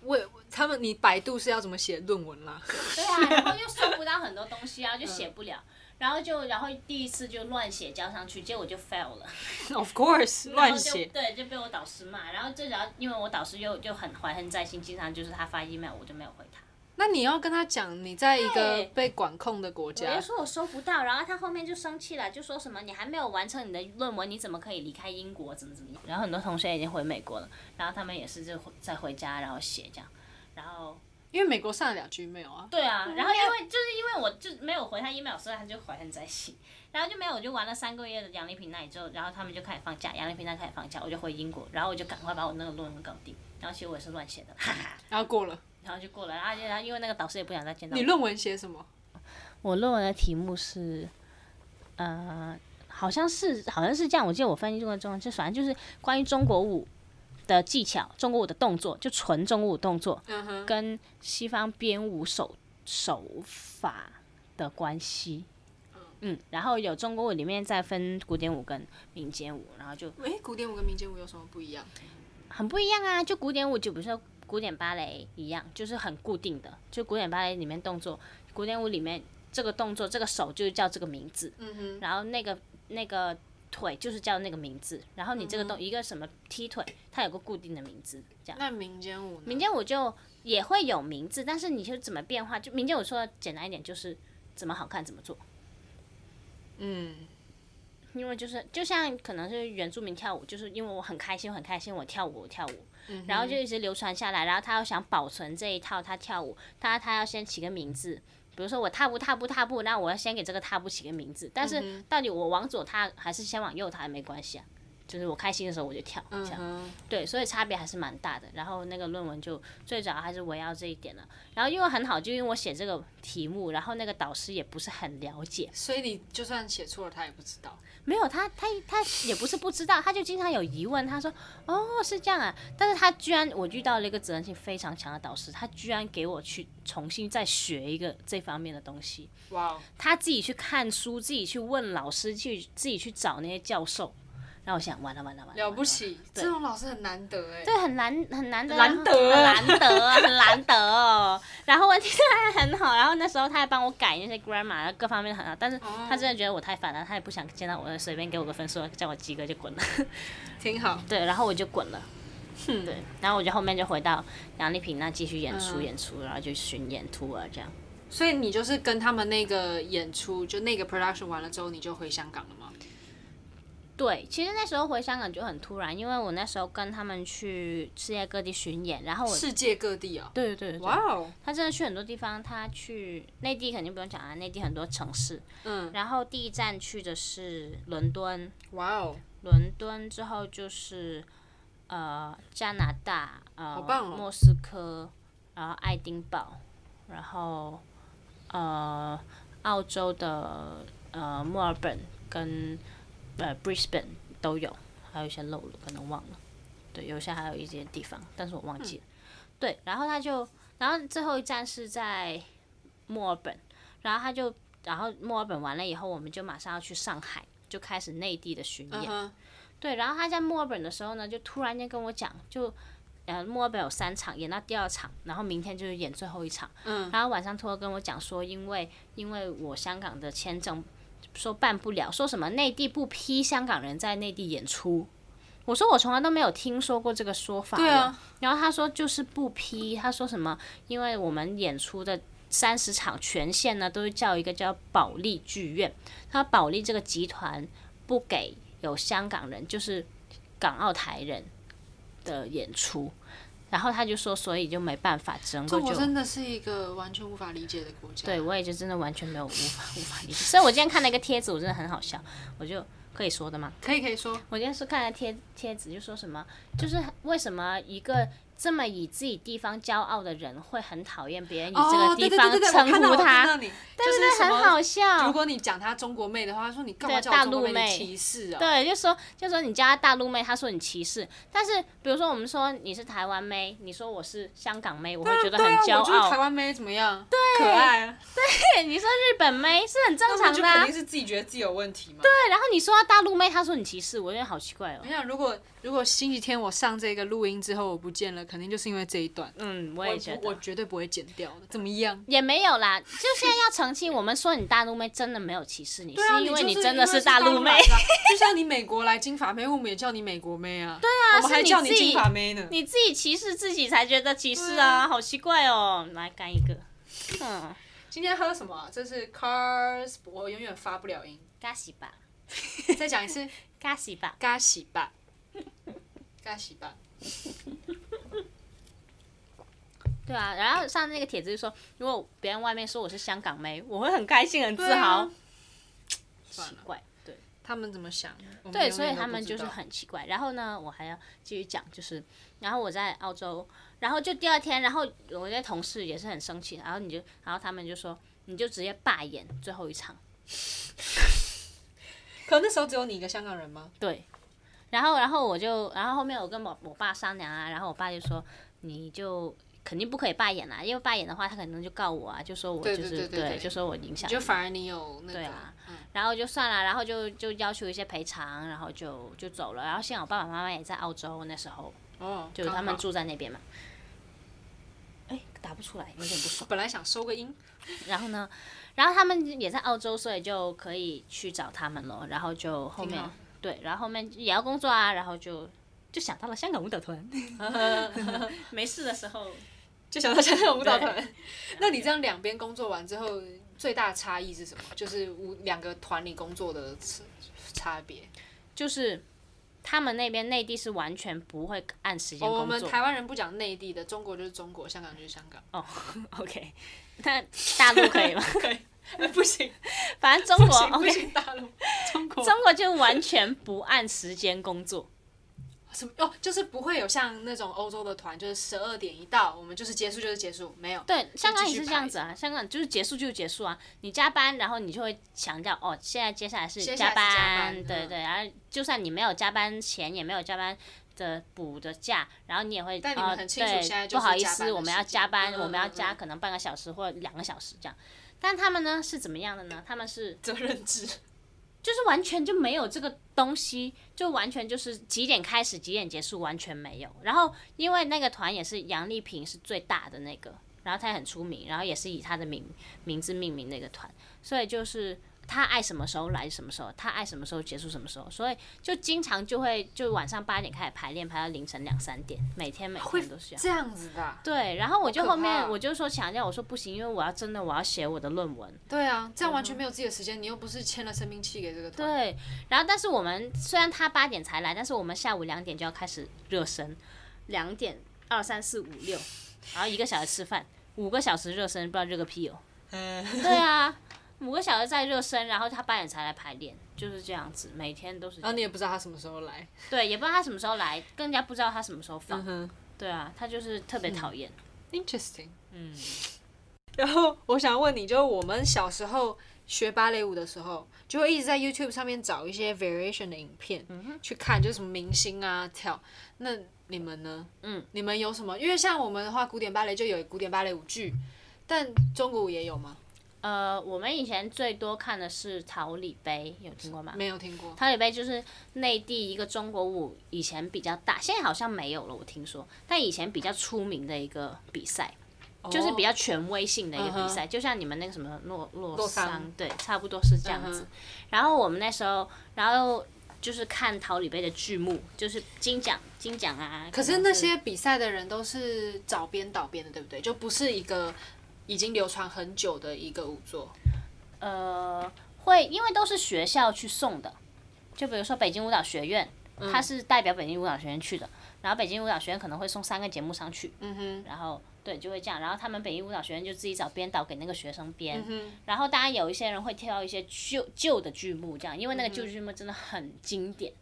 我他们你百度是要怎么写论文 *laughs* 啦？ *laughs* 对啊，然后又收不到很多东西啊，就写不了。然后就，然后第一次就乱写交上去，结果就 fail 了。 Of course，然乱后就写。对，就被我导师骂。然后最主要，因为我导师又就很怀恨在心，经常就是他发 email 我就没有回他。那你要跟他讲，你在一个对被管控的国我就家，说我收不到，然后他后面就生气了，就说什么你还没有完成你的论文，你怎么可以离开英国，怎么怎么样？然后很多同学已经回美国了，然后他们也是就回再回家然后写这样，然后因为美国上得了 Gmail 啊。对啊，然后因为就是因为我就没有回他 email，所以他就怀恨在心，然后就没有，我就玩了三个月的杨丽萍那里之后，然后他们就开始放假，杨丽萍那开始放假，我就回英国，然后我就赶快把我那个论文搞定，然后其实我也是乱写的，哈哈，然后过了，然后就过了，然后然后因为那个导师也不想再见到我你论文写什么？我论文的题目是，呃，好像是好像是这样，我记得我翻译这个中文，就反正就是关于中国舞的技巧、中国舞的动作，就纯中国舞动作嗯哼，跟西方编舞手手法的关系。嗯，然后有中国舞里面再分古典舞跟民间舞，然后就诶，古典舞跟民间舞有什么不一样？很不一样啊。就古典舞，就比如说古典芭蕾一样，就是很固定的。就古典芭蕾里面动作，古典舞里面这个动作，这个手就叫这个名字。嗯哼，然后那个那个腿就是叫那个名字，然后你这个动、一个什么踢腿，它有个固定的名字，这样。那民间舞呢？民间舞就也会有名字，但是你就怎么变化，就民间舞说的简单一点就是怎么好看怎么做，嗯，因为就是就像可能是原住民跳舞，就是因为我很开心，我很开心，我跳舞，我跳舞，嗯然后就一直流传下来。然后他要想保存这一套，他跳舞，他他要先起个名字，比如说我踏步踏步踏步，那我要先给这个踏步起个名字。但是到底我往左踏还是先往右踏也没关系啊，就是我开心的时候我就跳，这样。嗯对，所以差别还是蛮大的。然后那个论文就最早还是围绕这一点了。然后因为很好，就因为我写这个题目，然后那个导师也不是很了解，所以你就算写错了，他也不知道。没有他他他也不是不知道，他就经常有疑问。他说：“哦，是这样啊。”但是他居然我遇到了一个责任心非常强的导师，他居然给我去重新再学一个这方面的东西。哇、哦，他自己去看书，自己去问老师，去自己去找那些教授。然后我想，完了完了完了，了不起，这种老师很难得哎。对，很难很难得，难得啊很难得，很难得 *laughs* 哦。然后问题是他很好，然后那时候他还帮我改那些 grammar 各方面很好，但是他真的觉得我太烦了，他也不想见到我，随便给我个分数，叫我及格就滚了。 *laughs* 挺好。对，然后我就滚了。对，然后我就后面就回到杨丽萍那继续演出嗯演出，然后就巡演 tour 这样。所以你就是跟他们那个演出，就那个 production 完了之后，你就回香港了吗？对，其实那时候回香港就很突然，因为我那时候跟他们去世界各地巡演，然后我世界各地啊、对对对对哇哦，他真的去很多地方，他去内地肯定不用讲啊，内地很多城市。嗯，然后第一站去的是伦敦，哇哦，伦敦之后就是呃加拿大，呃、好棒哦莫斯科，然后爱丁堡，然后呃澳洲的呃墨尔本跟呃 Brisbane 都有，还有一些漏了，可能忘了。对，有一些还有一些地方，但是我忘记了。嗯对，然后他就，然后最后一站是在墨尔本，然后他就，然后墨尔本完了以后，我们就马上要去上海，就开始内地的巡演。嗯哼，对，然后他在墨尔本的时候呢，就突然间跟我讲，就呃墨尔本有三场，演到第二场，然后明天就是演最后一场。嗯。然后晚上突然跟我讲说，因为因为我香港的签证说办不了，说什么内地不批香港人在内地演出。我说我从来都没有听说过这个说法。对啊。然后他说就是不批，他说什么？因为我们演出的三十场全线呢，都是叫一个叫保利剧院，他保利这个集团不给有香港人，就是港澳台人的演出。然后他就说，所以就没办法，只能够中就国真的是一个完全无法理解的国家。对，我也就真的完全没有无法无法理解。所以我今天看了一个帖子，我真的很好笑，我就可以说的吗？可以可以说，我今天是看了贴贴子，就说什么，就是为什么一个这么以自己地方骄傲的人，会很讨厌别人以这哦，个对地对方对对对，我称看到呼我看他，到你，对就是对对，什么很好如笑。果你讲她中国妹的话，她说你干嘛对叫我大中国陆妹？妹你歧视啊？对，就说就说你叫她大陆妹，她说你歧视。但是比如说我们说你是台湾妹，你说我是香港妹，我会觉得很对啊，骄我就是台傲。湾妹怎么样？对，可爱啊，对，你说日本妹是很正那常你就的啊、肯定是自己觉得自己有问题嘛。对，然后你说她大陆妹，她说你歧视，我觉得好奇怪哦我。想，啊如果如果星期天我上这个录音之后我不见了，肯定就是因为这一段，嗯，我我也觉我得。绝对不会剪掉的。怎么样？也没有啦，就现在要澄清，我们说你大陆妹真的没有歧视你，对啊，是因为你就是真因的为是是大陆妹来， *laughs* 的啊，就像你美国来金发妹，我们也叫你美国妹啊。对啊我们是还你叫你自己金发妹呢。你自己歧视自己才觉得歧视对啊，啊好奇怪哦。来干一个，嗯，今天喝什么啊？这是 Cars，我永远发不了音。嘎洗吧， *laughs* 再讲一次，嘎洗吧，嘎喜吧，嘎喜吧。对啊。然后上次那个帖子就说，如果别人外面说我是香港妹，我会很开心很自对豪啊，算奇了怪。对他们怎么想？我们对，永所以远都他不们知就是道很奇怪。然后呢，我还要继续讲，就是，然后我在澳洲，然后就第二天，然后我那同事也是很生气，然后你就，然后他们就说，你就直接罢演最后一场。可那时候只有你一个香港人吗？对，然后然后我就，然后后面我跟我我爸商量啊，然后我爸就说，你就肯定不可以罢演啦、啊因为罢演的话，他可能就告我啊，就说我对就是对对对对就说我影响就反而你有那个，对啊嗯，然后就算了，然后就就要求一些赔偿，然后就就走了。然后幸好我爸爸妈妈也在澳洲，那时候哦，就是他刚们好住在那边嘛。哎，打不出来，有点不爽。本来想收个音，然后呢，然后他们也在澳洲，所以就可以去找他们咯。然后就后挺面好对，然后后面也要工作啊，然后就就想到了香港舞蹈团。 *laughs* 没事的时候， *laughs* 就想到香港舞蹈团。那你这样两边工作完之后，最大的差异是什么？就是五两个团里工作的差差别。就是他们那边内地是完全不会按时间哦我工们作。台湾人不讲内地的，中国就是中国，香港就是香港。 OK，那大陆可以 *laughs* 吗？哎， *laughs* 不行，反正中不国行，不 OK，行，大陆，中国中国就完全不按时间工作。什么哦，就是不会有像那种欧洲的团，就是十二点一到，我们就是结束就是结束，没有。 *laughs* 对，香港继也续是这排样子啊，香港就是结束就结束啊，你加班，然后你就会强调哦，现在接下来是接下来加是加班，班对嗯对，然后就算你没有加班钱，也没有加班的补的假，然后你也会但你们哦很清楚现在对，就不是好意加班思，的我们时要间加班，嗯我们要嗯加嗯可能半个小时或两个小时这样，但他们呢是怎么样的呢？他们是责任制，就是完全就没有这个东西，就完全就是几点开始几点结束完全没有。然后因为那个团也是杨丽萍是最大的那个，然后她也很出名，然后也是以她的名名字命名那个团，所以就是她爱什么时候来什么时候，她爱什么时候结束什么时候，所以就经常就会就晚上八点开始排练，排到凌晨两三点，每天每天都是这样。这样子的啊、对，然后我就好可后怕面啊我就说强调我说不行，因为我要真的我要写我的论文，对啊，这样完全没有自己的时间，你又不是签了生命契给这个团。对，然后但是我们虽然他八点才来，但是我们下午两点就要开始热身，两点二三四五六，然后一个小时吃饭，五个小时热身，不知道热个屁哦。对啊，五个小时在热身，然后他八点才来排练，就是这样子，每天都是这然样。后你也不知道他什么时候来。对，也不知道他什么时候来，更加不知道他什么时候放。哼对啊，他就是特别讨厌。 Interesting。嗯，然后我想问你，就是我们小时候学芭蕾舞的时候，就会一直在 YouTube 上面找一些 variation 的影片、嗯去看，就是什么明星啊跳。那你们呢？嗯，你们有什么？因为像我们的话，古典芭蕾就有古典芭蕾舞剧，但中国舞也有吗？呃，我们以前最多看的是《桃李杯》，有听过吗？没有听过。桃李杯就是内地一个中国舞以前比较大，现在好像没有了，我听说。但以前比较出名的一个比赛，哦就是比较权威性的一个比赛，就像你们那个什么洛洛嗯洛桑，桑对，差不多是这样嗯子。哼然后我们那时候，然后就是看桃李杯的剧目，就是金奖、金奖啊。可是能那些比赛的人都是找编导编的，对不对？就不是一个已经流传很久的一个舞作。呃，会因为都是学校去送的，就比如说北京舞蹈学院，嗯他是代表北京舞蹈学院去的，然后北京舞蹈学院可能会送三个节目上去，嗯哼，然后对就会这样，然后他们北京舞蹈学院就自己找编导给那个学生编，然后当然有一些人会挑一些旧旧的剧目这样，因为那个旧剧目真的很经典。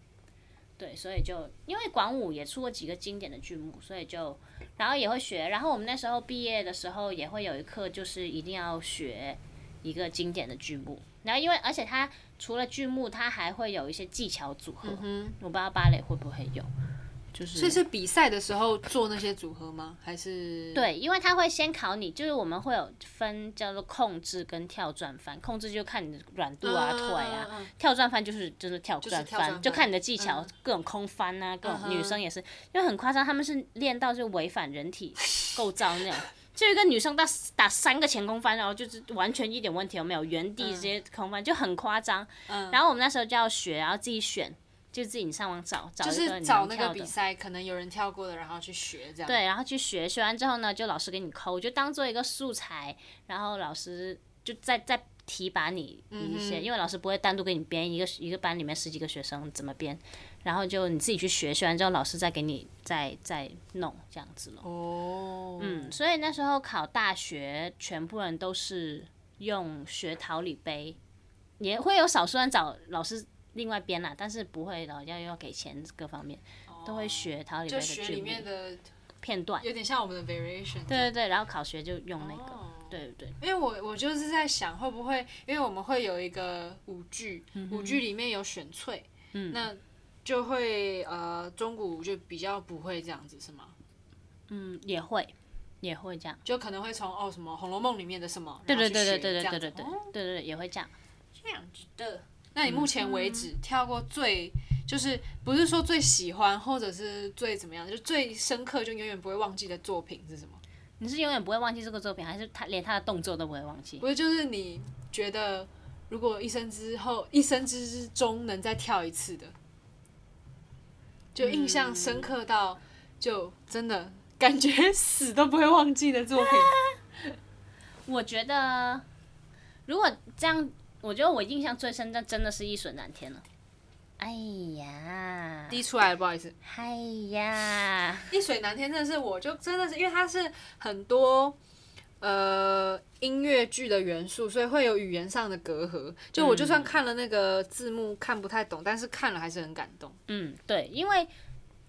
对，所以就因为广舞也出过几个经典的剧目，所以就然后也会学。然后我们那时候毕业的时候也会有一课，就是一定要学一个经典的剧目。然后因为而且它除了剧目，它还会有一些技巧组合。我不知道芭蕾会不会有，就是所以嗯是比赛的时候做那些组合吗？还是对，因为他会先考你，就是我们会有分叫做控制跟跳转翻，控制就看你的软度啊、嗯腿啊，嗯嗯嗯跳转翻就是就是跳转跳转翻，翻嗯就看你的技巧，各种空翻啊，各种女生也是，因为很夸张，他们是练到就违反 *laughs* 人体构造那种。就一个女生打打三个前空翻，然后就是完全一点问题都没有，原嗯地直接空翻、就很夸张。然后我们那时候就要学，然后自己选，就自己上网找找就一个是你找那能跳个的嗯比。赛，可能有人跳过的，然后去学这样。对，然后去学，学完之后呢，就老师给你抠，就当做一个素材，然后老师就再再提拔你嗯一些，因为老师不会单独给你编一个一个班里面十几个学生怎么编，然后就你自己去学，学完之后老师再给你再再弄这样子咯。哦，嗯，所以那时候考大学，全部人都是用学桃李杯，也会有少数人找老师另外编啦，但是不会老要要给钱各方面，都会学桃李杯哦就的学剧里目面的片段。有点像我们的 variation。对对对，然后考学就用那个，哦对对对，因为我我就是在想，会不会因为我们会有一个舞剧，嗯舞剧里面有选粹，那就会呃中古舞就比较不会这样子是吗？嗯，也会也会这样，就可能会从哦什么《红楼梦》里面的什么，对对然后对去对学对对这样对子对对哦对对也会这样，这样子的。那你目前为止嗯跳过最就是不是说最喜欢或者是最怎么样，就最深刻就永远不会忘记的作品是什么？你是永远不会忘记这个作品，还是他连他的动作都不会忘记？不是就是你觉得如果一生之后一生之中能再跳一次的，就印象深刻到就真的感觉死都不会忘记的作品。我觉得，如果这样，我觉得我印象最深，那真的是易水难天了。哎呀， *laughs* 滴出来了，不好意思。哎呀，一水难天真的是，我就真的是因为它是很多呃音乐剧的元素，所以会有语言上的隔阂。就我就算看了那个字幕看不太懂，但是看了还是很感动。嗯，对，因为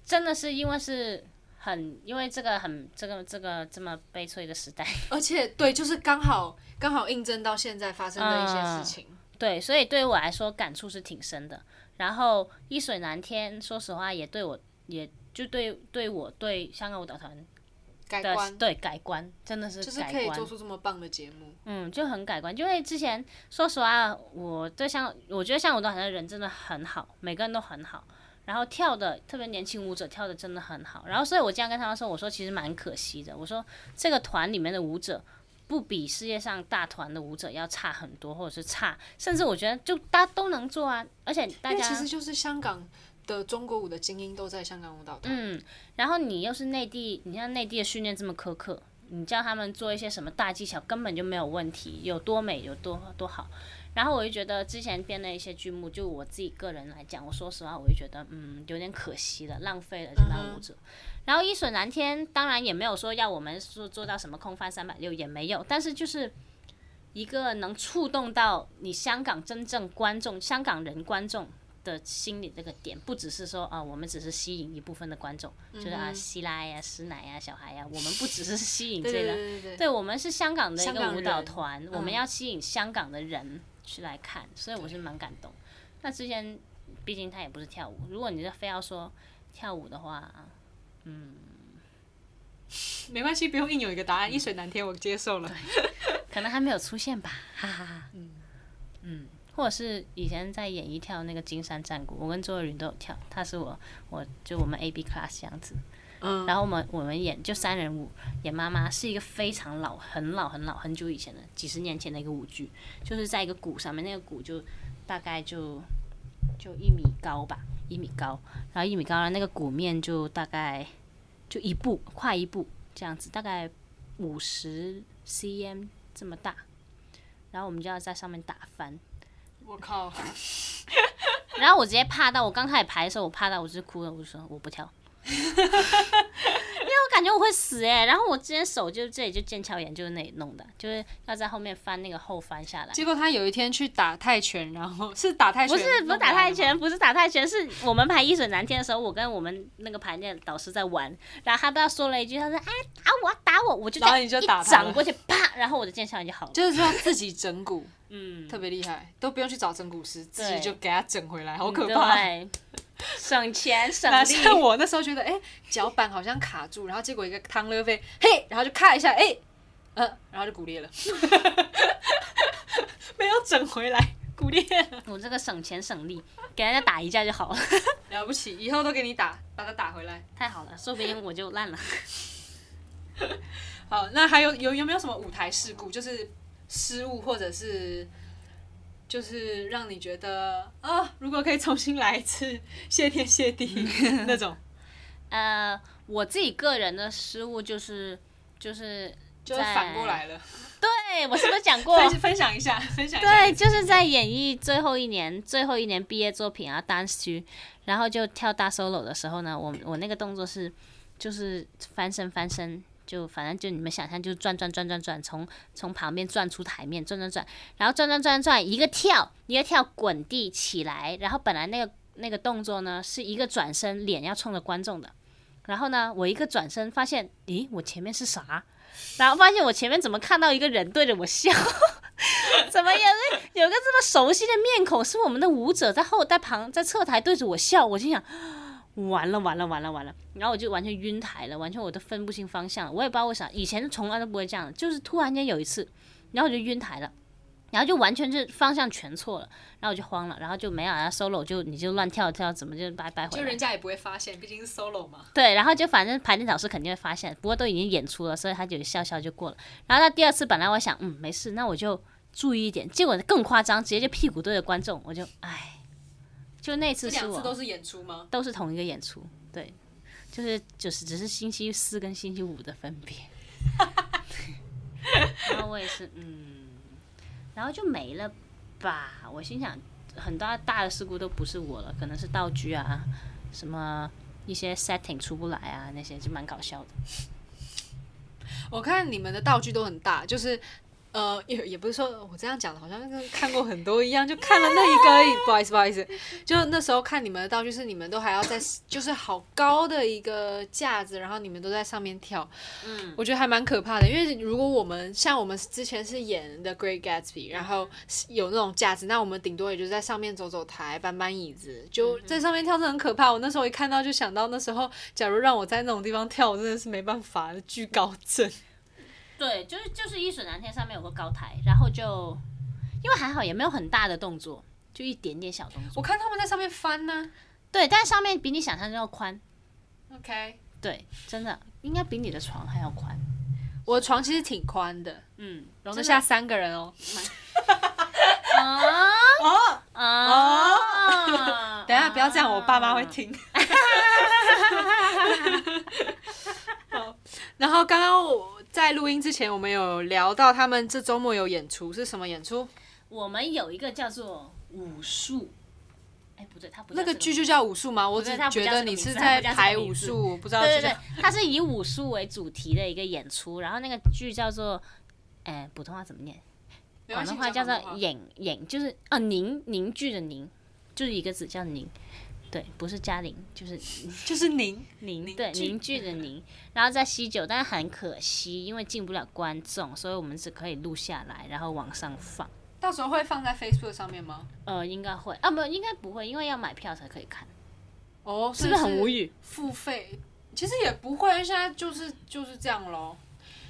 真的是因为是很，因为这个很这个这个这么悲催的时代，而且对，就是刚好刚好印证到现在发生的一些事情。对，所以对我来说感触是挺深的。然后一水难天，说实话也对我，也就对对我对香港舞蹈团改的观对改观，真的是就是改可以观做出这么棒的节目，嗯，就很改观，因为之前说实话，我对像我觉得像我团的人真的很好，每个人都很好，然后跳的特别年轻舞者跳的真的很好，然后所以我这样跟他们说，我说其实蛮可惜的，我说这个团里面的舞者不比世界上大团的舞者要差很多，或者是差，甚至我觉得就大家都能做啊，而且因大为家其实就是香港的中国舞的精英都在香港舞蹈团。嗯，然后你又是内地，你像内地的训练这么苛刻，你叫他们做一些什么大技巧，根本就没有问题，有多美有多多好。然后我就觉得之前编的一些剧目，就我自己个人来讲，我说实话，我就觉得嗯有点可惜了，浪费了这帮舞者。然后一水难天，当然也没有说要我们说做到什么空翻三百六也没有，但是就是一个能触动到你香港真正观众、香港人观众的心里这个点，不只是说啊、我们只是吸引一部分的观众，嗯就是啊希拉呀、师奶呀、啊小 *laughs* 孩呀，我们不只是吸引这对个对对对对，对我们是香港的一香个港舞蹈人团，我们要吸引香港的人去来看，所以我是蛮感动。那之前毕竟他也不是跳舞，如果你是非要说跳舞的话，没关系，不用硬有一个答嗯案，一水难天，我接受了。 *laughs* 可能还没有出现吧，哈哈哈。嗯嗯，或者是以前在演艺跳那个金山战鼓，我跟周慧云都有跳，他是我我就我们 A B class 这样子。嗯，然后我们我们演就三人舞，演妈妈是一个非常老、很老、很老、很久以前的几十年前的一个舞剧，就是在一个鼓上面，那个鼓就大概就就一米高吧，一米高，然后一米高，然后那个鼓面就大概就一步跨一步这样子，大概五十 cm 这么大，然后我们就要在上面打翻，我靠，然后我直接怕到，我刚开始排的时候，我怕到我就哭了，我就说我不跳， *laughs* 因为我感觉我会死哎、然后我之前手就这里就腱鞘炎，就是那里弄的，就是要在后面翻那个后翻下来。结果他有一天去打泰拳，然后是打泰拳，不是不是打泰，拳，不是打泰拳，是我们排一水难天的时候，我跟我们那个排练导师在玩，然后他不知道说了一句，他说哎打我打我，我就这然后样你就一打他掌了过去啪，然后我的腱鞘炎就好了。就是说自己整 *laughs* 蛊，嗯，特别厉害，都不用去找整蛊师，自对嗯己就给他整回来，好可怕。 *laughs* 对，省钱省哪力。像我那时候觉得，哎、脚板好像卡住，然后结果一个汤勒飞，嘿，然后就咔一下，哎、呃，然后就骨裂了， *laughs* 没有整回来，骨裂了，我这个省钱省力，给人家打一架就好了。了不起，以后都给你打，把它打回来。太好了，说不定我就烂了。 *laughs* 好，那还有有有没有什么舞台事故，就是失误或者是就是让你觉得啊，如果可以重新来一次，谢天谢地 *laughs* 那种，呃，我自己个人的失误就是就是就是反过来了。对我是不是讲过？分分享一下，分享一下。对，就是在演艺最后一年，最后一年毕业作品啊，dance 区，然后就跳大 solo 的时候呢，我我那个动作是就是翻身翻身，就反正就你们想象，就转转转转转，从从旁边转出台面，转转转，然后转转转转，一个跳，一个跳滚地起来，然后本来那个那个动作呢是一个转身，脸要冲着观众的。然后呢，我一个转身发现，咦，我前面是啥？然后发现我前面怎么看到一个人对着我笑？ *laughs* 怎么有个有个这么熟悉的面孔？是我们的舞者在后在旁在侧台对着我笑，我心想。完了完了完了完了！然后我就完全晕台了，完全我都分不清方向了。我也不知道为啥，以前从来都不会这样，就是突然间有一次，然后我就晕台了，然后就完全是方向全错了，然后我就慌了，然后就没有然后啊 solo 就你就乱跳跳，怎么就拜拜回就来了人家也不会发现，毕竟是 solo 嘛。对，然后就反正排练老师肯定会发现，不过都已经演出了，所以他就笑笑就过了。然后到第二次，本来我想，嗯，没事，那我就注意一点，结果更夸张，直接就屁股对着观众，我就唉，就那这次是两我次都是演出吗？都是同一个演出，对，就是就是只是星期四跟星 *laughs* 期五的分别。然后我也是，嗯，然后就没了吧。我心想，很多大的事故都不是我了，可能是道具啊，什么一些 setting 出不来啊，那些就蛮搞笑的。我看你们的道具都很大，就是呃，也也不是说我这样讲的，好像跟看过很多一样，就看了那一个而已。不好意思，不好意思，就那时候看你们的道具是你们都还要在，就是好高的一个架子，然后你们都在上面跳。嗯，我觉得还蛮可怕的，因为如果我们像我们之前是演的《Great Gatsby》，然后有那种架子，那我们顶多也就在上面走走台、搬搬椅子，就在上面跳是很可怕。我那时候一看到就想到那时候，假如让我在那种地方跳，我真的是没办法，惧高症。对，就是就是一水难天上面有个高台，然后就因为还好也没有很大的动作，就一点点小动我作。看他们在上面翻呢、对，但上面比你想象中要宽， OK，对，真的应该比你的床还要宽。我的床其实挺宽的，嗯，容得真的下三个人哦。啊啊啊！等一下不要这样，我爸妈会听。 *laughs* 好然后刚刚我在录音之前，我们有聊到他们这周末有演出，是什么演出？我们有一个叫做武术，哎，不对，它不叫那个这剧就叫武术吗？我对只它不觉叫得这个你名是字在它不叫这个排名武字术，我不知道对是对对叫。，它是以武术为主题的一个演出，然后那个剧叫做，哎，普通话怎么念？没关广系东话叫做你讲凝凝，就是啊凝凝聚的凝，就是一个字叫凝，对，不是嘉玲，就是就是您。凝，凝对，聚凝聚 *laughs* 的凝。然后在西九，但是很可惜，因为进不了观众，所以我们只可以录下来，然后往上放。到时候会放在 Facebook 上面吗？呃，应该会啊，没有，应该不会，因为要买票才可以看，哦，是不是很无语？语？付费其实也不会，因为现在就是就是这样喽。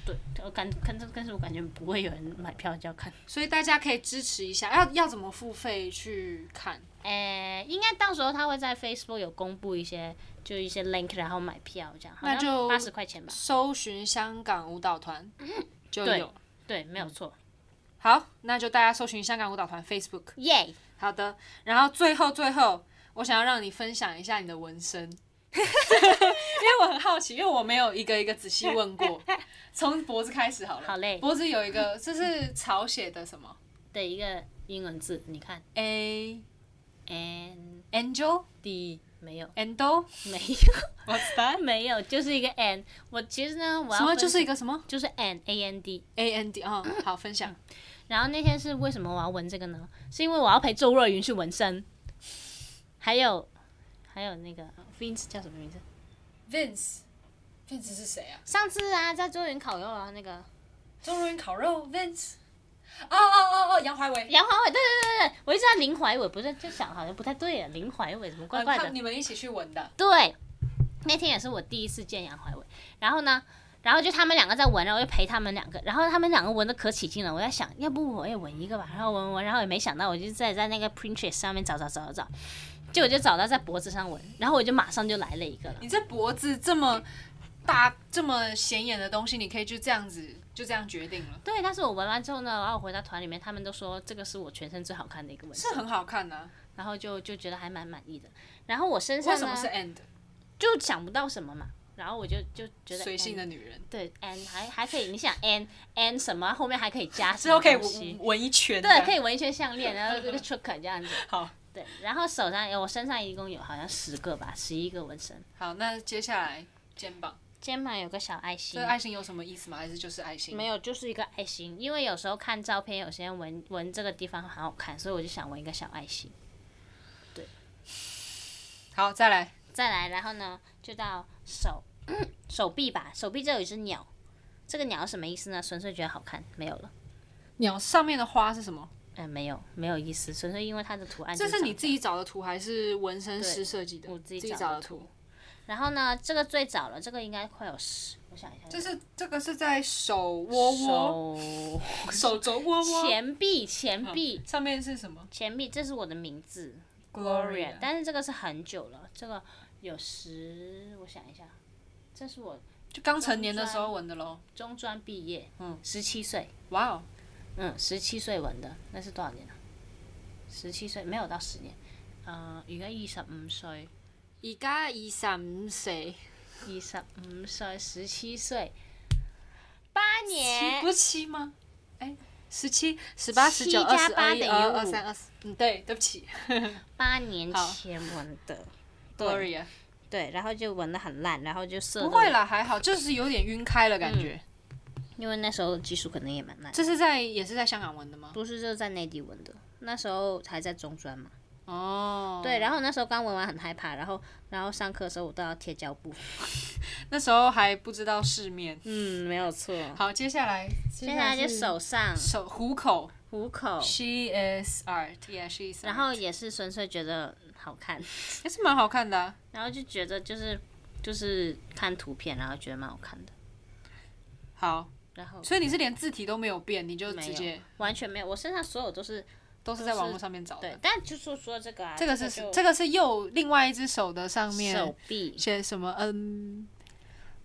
对，我感跟这但是我感觉不会有人买票就要看。所以大家可以支持一下，要要怎么付费去看？诶、呃应该到时候他会在 Facebook 有公布一些，就一些 link，然后买票这样，那就八十块钱吧。搜寻香港舞蹈团 *laughs* 就对有。对，没有错，好，那就大家搜寻香港舞蹈团 Facebook。耶、好的，然后最后最后，我想要让你分享一下你的纹 *laughs* 身，因为我很好奇，因为我没有一个一个仔细问过。 *laughs* 从脖子开始好了。好嘞脖子有一个，这是草写的什么的一个英文字，你看？A ，and angel d 没有， endo 没有， what's that？没有，就是一个 and。我其实呢，我要什么分就是一个什么就是 and a n d。 A N D 啊、嗯？好，分享。然后那天是为什么我要纹这个呢？是因为我要陪周若云去纹身，还有还有那个 Vince 叫什么名字？ Vince Vince 是谁啊？上次啊，在周若云烤肉啊，那个周若云烤肉 Vince。哦哦哦哦，杨怀伟。杨怀伟，对对对对对，我一直叫林怀伟，不是就想好像不太对啊，林怀伟怎么怪怪哦他的？你们一起去闻的。对，那天也是我第一次见杨怀伟，然后呢，然后就他们两个在闻，然后我就陪他们两个，然后他们两个闻的可起劲了，我在想，要不我也闻一个吧，然后闻闻，然后也没想到，我就在在那个 Pinterest 上面找找找找找，结果就找到在脖子上闻，然后我就马上就来了一个了。你这脖子这么大、这么显眼的东西，你可以就这样子就这样决定了，对，但是我闻完之后呢，然后我回到团里面，他们都说这个是我全身最好看的一个纹身，是很好看呐、然后就就觉得还蛮满意的。然后我身上为呢，什么是 and 就想不到什么嘛，然后我就就觉得嗯随性 and- 的女人？对 and 还还可以，你想 and and 什么后面还可以加什之么后可以东西纹纹一圈。对，可以。以纹一圈项链，然后这个 choker 这样子。好，对，然后手上我身上一共有好像十个吧，十一个纹身，好，那接下来肩膀，肩膀有个小爱心这个。爱心有什么意思吗？还是就是爱心？嗯没有，就是一个爱心，因为有时候看照片，有些人纹纹这个地方很好看，所以我就想纹一个小爱心。好，再来。再来，然后呢，就到手 *clears throat* 手臂吧，手臂这有一只鸟，这个鸟是什么意思呢？纯粹觉得好看，没有了。鸟上面的花是什么？嗯，没有，没有意思，纯粹因为它的图案。这是你自。己找的图还是纹身师设计的？我自己找找的图。然后呢，这个最早了，这个应该快有十，我想一下，这是这个是在手窝窝、手肘窝窝钱币，钱币，上面是什么钱币，这是我的名字，Gloria。 ？Gloria，但是这个是很久了，这个有十，我想一下，这是我就刚成年的时候纹的喽。中专毕业，嗯，十七岁，哇哦，嗯，十七岁纹的，那是多少年了？啊十七岁没有到十年，呃，而家二十五歲，而家二十五歲，二十五歲，十七歲，八年不是七嗎？哎、十七、十八、十九、 7二加十、二8一、等于二二、 5三、二四。嗯，对，对不起八年好前闻的，对，Gloria。对，然后就闻的很烂，然后就射不到会啦，还好，就是有点晕开了感觉。嗯因为那时候技术可能也蛮烂，这是在也是在香港闻的吗？不是就是在内地闻的，那时候还在中专嘛。哦，对，然后那时候刚闻完很害怕，然后然后上课的时候我都要贴胶布。那时候还不知道世面。嗯，没有错。好，接下来，接接下来就是手上、手虎口虎口， ，She is art, yeah, she is art。然后也是纯粹觉得好看，也是蛮好看的啊、然后就觉得就是就是看图片，然后觉得蛮好看的，好，然后所以你是连字体都没有变，你就没直有接完全没有，我身上所有都是都是在网络上面找对的。，但就是说这个啊，这这个是就这个是右另外一只手的上手面臂写什么？嗯，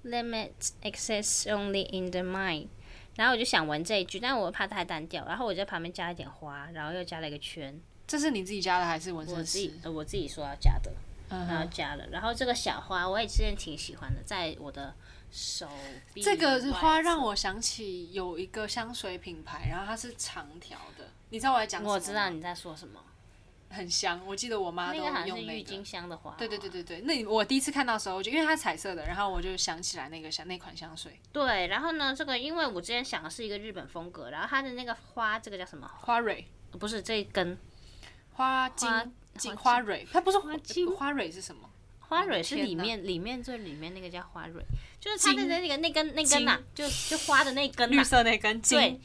limits access only in the mind。然后我就想闻这一句，但我怕太单调，然后我就在旁边加一点花，然后又加了一个圈，这是你自己加的还是纹我身自己师？呃我自己说要加的，嗯然后哼，加了，然后这个小花我也之前挺喜欢的，在我的手臂这个外花让侧我想起有一个香水品牌，然后它是长条的，你知道我在讲什么吗？我知道你在说什么，很香，我记得我妈那都个好像是用郁那个金。香的花，对对对对对，那我第一次看到的时候，我就因为它是彩色的，然后我就想起来那个香那款香水对，然后呢，这个因为我之前想的是一个日本风格，然后它的那个花，这个叫什么？花蕊不是这一根花茎花茎花花蕊，它不是花茎花蕊是什么？花蕊是天里哪面里面最里面那个叫花蕊，就是它的茎那个那根那根呐、就就花的那根、绿呐。色那根茎。对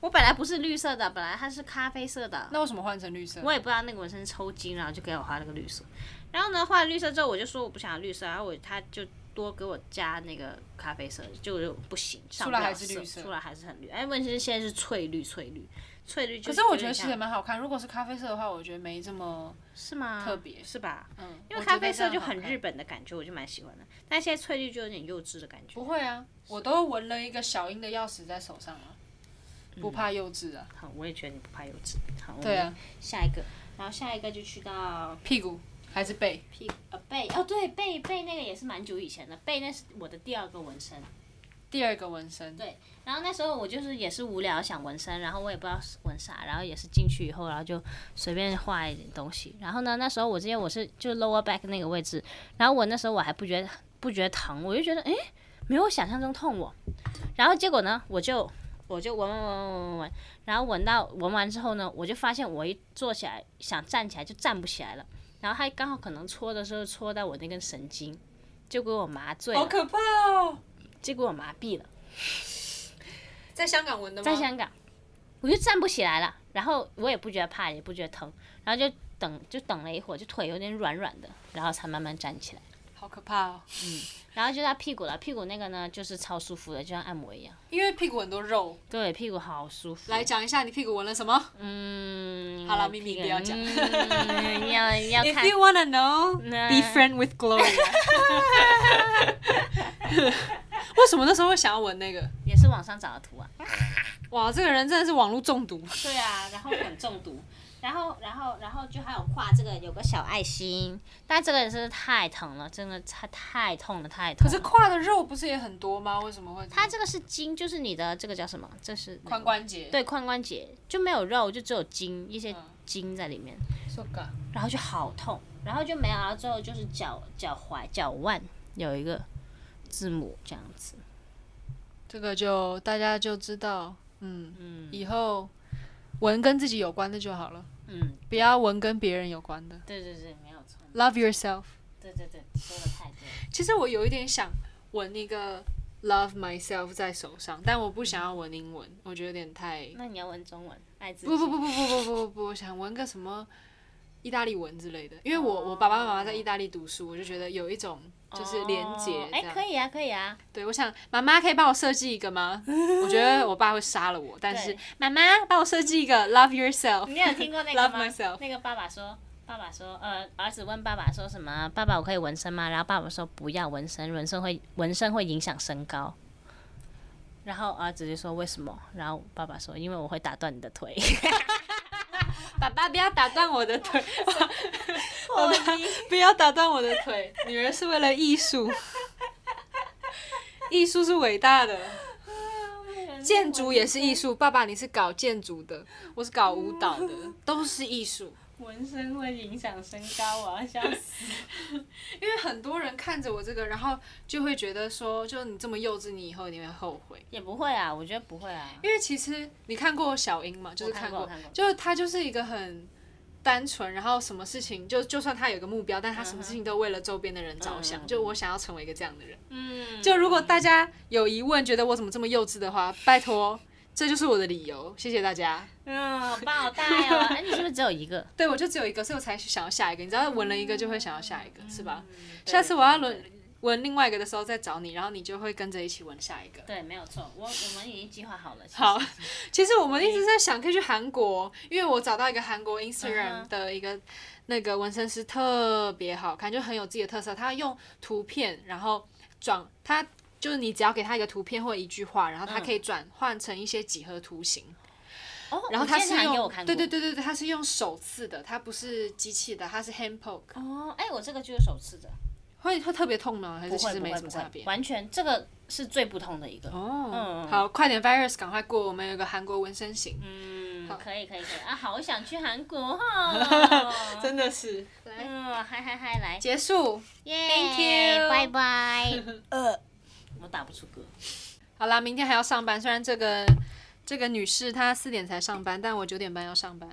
我本来不是绿色的，本来它是咖啡色的，那为什么换成绿色？我也不知道那个纹身是抽筋，然后就给我画那个绿色。然后呢，画了绿色之后，我就说我不想要绿色，然后我他就多给我加那个咖啡色，就就不行，上不来了还是绿色色，出来还是很绿。哎，问题是现在是翠绿，翠绿，翠绿可就有点像。是我觉得其实也蛮好看。如果是咖啡色的话，我觉得没这么是吗？特别是吧？嗯，因为我觉咖得啡这色样就好很看日本的感觉，我就蛮喜欢的。但现在翠绿就有点幼稚的感觉，不会啊，我都纹了一个小樱的钥匙在手上了，嗯不怕幼稚啊。好，我也觉得你不怕幼稚。好，对啊，下一个，然后下一个就去到屁股还是背？屁股呃背哦对背背那个也是蛮久以前的，背那是我的第二个纹身。第二个纹身，对，然后那时候我就是也是无聊想纹身，然后我也不知道是纹啥，然后也是进去以后，然后就随便画一点东西。然后呢，那时候我记得我是就 lower back 那个位置，然后我那时候我还不觉得不觉得疼，我就觉得诶没有我想象中痛我。然后结果呢，我就我就闻闻闻闻闻闻，然后闻到闻完之后呢，我就发现我一坐起来想站起来就站不起来了，然后它刚好可能戳的时候戳到我那根神经，就给我麻醉好了，可怕哦！就给我麻痹了。在香港纹的吗？在香港，我就站不起来了，然后我也不觉得怕，也不觉得疼，然后就等就等了一会儿，就腿有点软软的，然后才慢慢站起来。好可怕哦！然后就到屁股了，屁股那个呢，就是超舒服的，就像按摩一样。因为屁股很多肉。对，屁股好舒服。来，讲一下你屁股纹了什么嗯，好了屁股秘密不要讲嗯要要 *laughs* ？If 看 you wanna know, be friend with Gloria。为什么那时候会想要纹那个？也是网上找的图啊。哇，这个人真的是网络中毒。对啊，然后很中毒，然后然后然后就还有画这个有个小爱心，但这个真是太疼了，真的太太痛了，太可痛了。是胯的肉不是也很多吗？为什么会？它这个是筋，就是你的这个叫什么？这是那个髋关节。对，髋关节就没有肉，就只有筋，一些嗯筋在里面， So g 然后就好痛，然后就没有，然后最后就是脚脚踝、脚腕有一个字母这样子，这个就大家就知道，嗯嗯，以后纹跟自己有关的就好了，嗯，不要纹跟别人有关的。对对对，没有错， Love yourself。对对对，说的太对了，其实我有一点想纹一个 Love myself 在手上，但我不想要纹英文，我觉得有点太……那你要问中文，爱自己，不不不不不不不不不，我想纹个什么意大利文之类的，因为我哦我爸爸妈妈在意大利读书，我就觉得有一种就是连结哦这哎、样。可以啊，可以啊，对，我想妈妈可以帮我设计一个吗？我觉得我爸会杀了我，但是对妈妈帮我设计一个 Love yourself。你有听过那个 Love 吗 myself？那个爸爸说。爸爸说，呃，儿子问爸爸说什么？爸爸，我可以纹身吗？然后爸爸说不要纹身，纹身会纹身会影响身高。然后儿子就说为什么？然后爸爸说，因为我会打断你的腿。爸爸不要打断我的腿，爸爸不要打断我的腿。女人是为了 *laughs* 艺术，艺术是伟大的。建筑也是艺术。爸爸，你是搞建筑的，我是搞舞蹈的，都是艺术。纹身会影响身高，我要笑死。因为很多人看着我这个，然后就会觉得说，就你这么幼稚，你以后一定会后悔。 *laughs* 也不会啊，我觉得不会啊。因为其实你看过小樱嘛，就是看过，过看过就是她就是一个很单纯，然后什么事情就就算她有个目标，但她什么事情都为了周边的人着想。嗯嗯嗯嗯就我想要成为一个这样的人。嗯，就如果大家有疑问，觉得我怎么这么幼稚的话，拜托，这就是我的理由。谢谢大家。嗯，好棒，好大哦。 *laughs* 哎，你是不是只有一个？对我就只有一个，所以我才想要下一个。你知道，纹了一个就会想要下一个，是吧？嗯下次我要轮。对对对纹另外一个的时候再找你，然后你就会跟着一起纹下一个。对，没有错，我我们已经计划好了。其实好，其实我们一直在想可以去韩国，因为我找到一个韩国嗯 Instagram 哼的一个那个纹身师特别好看，就很有自己的特色。他用图片，然后转他就是你只要给他一个图片或一句话，然后嗯他可以转换成一些几何图形。哦，然后他他是给用我看对过，对对对对，他是用手刺的，他不是机器的，他是 hand poke。哦，哎，我这个就是首次的，会会特别痛吗？还不是其会实不没会什么不差会，别？完全这个是最不同的一个。哦嗯，好，快点 virus，赶快过！我们有个韩国纹身型，嗯，好可以可以可以啊，好想去韩国 *laughs* 哦。真的是来嗯，嗨嗨嗨，来，结束。耶 Thank you 拜拜。呃， *laughs* 我打不出歌。好啦，明天还要上班，虽然这个这个女士她四点才上班，但我九点半要上班。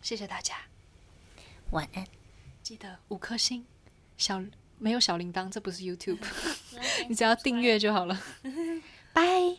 谢谢大家，晚安。记得五颗星，小没有小铃铛，这不是 YouTube，你 *laughs* 只要订阅就好了。拜。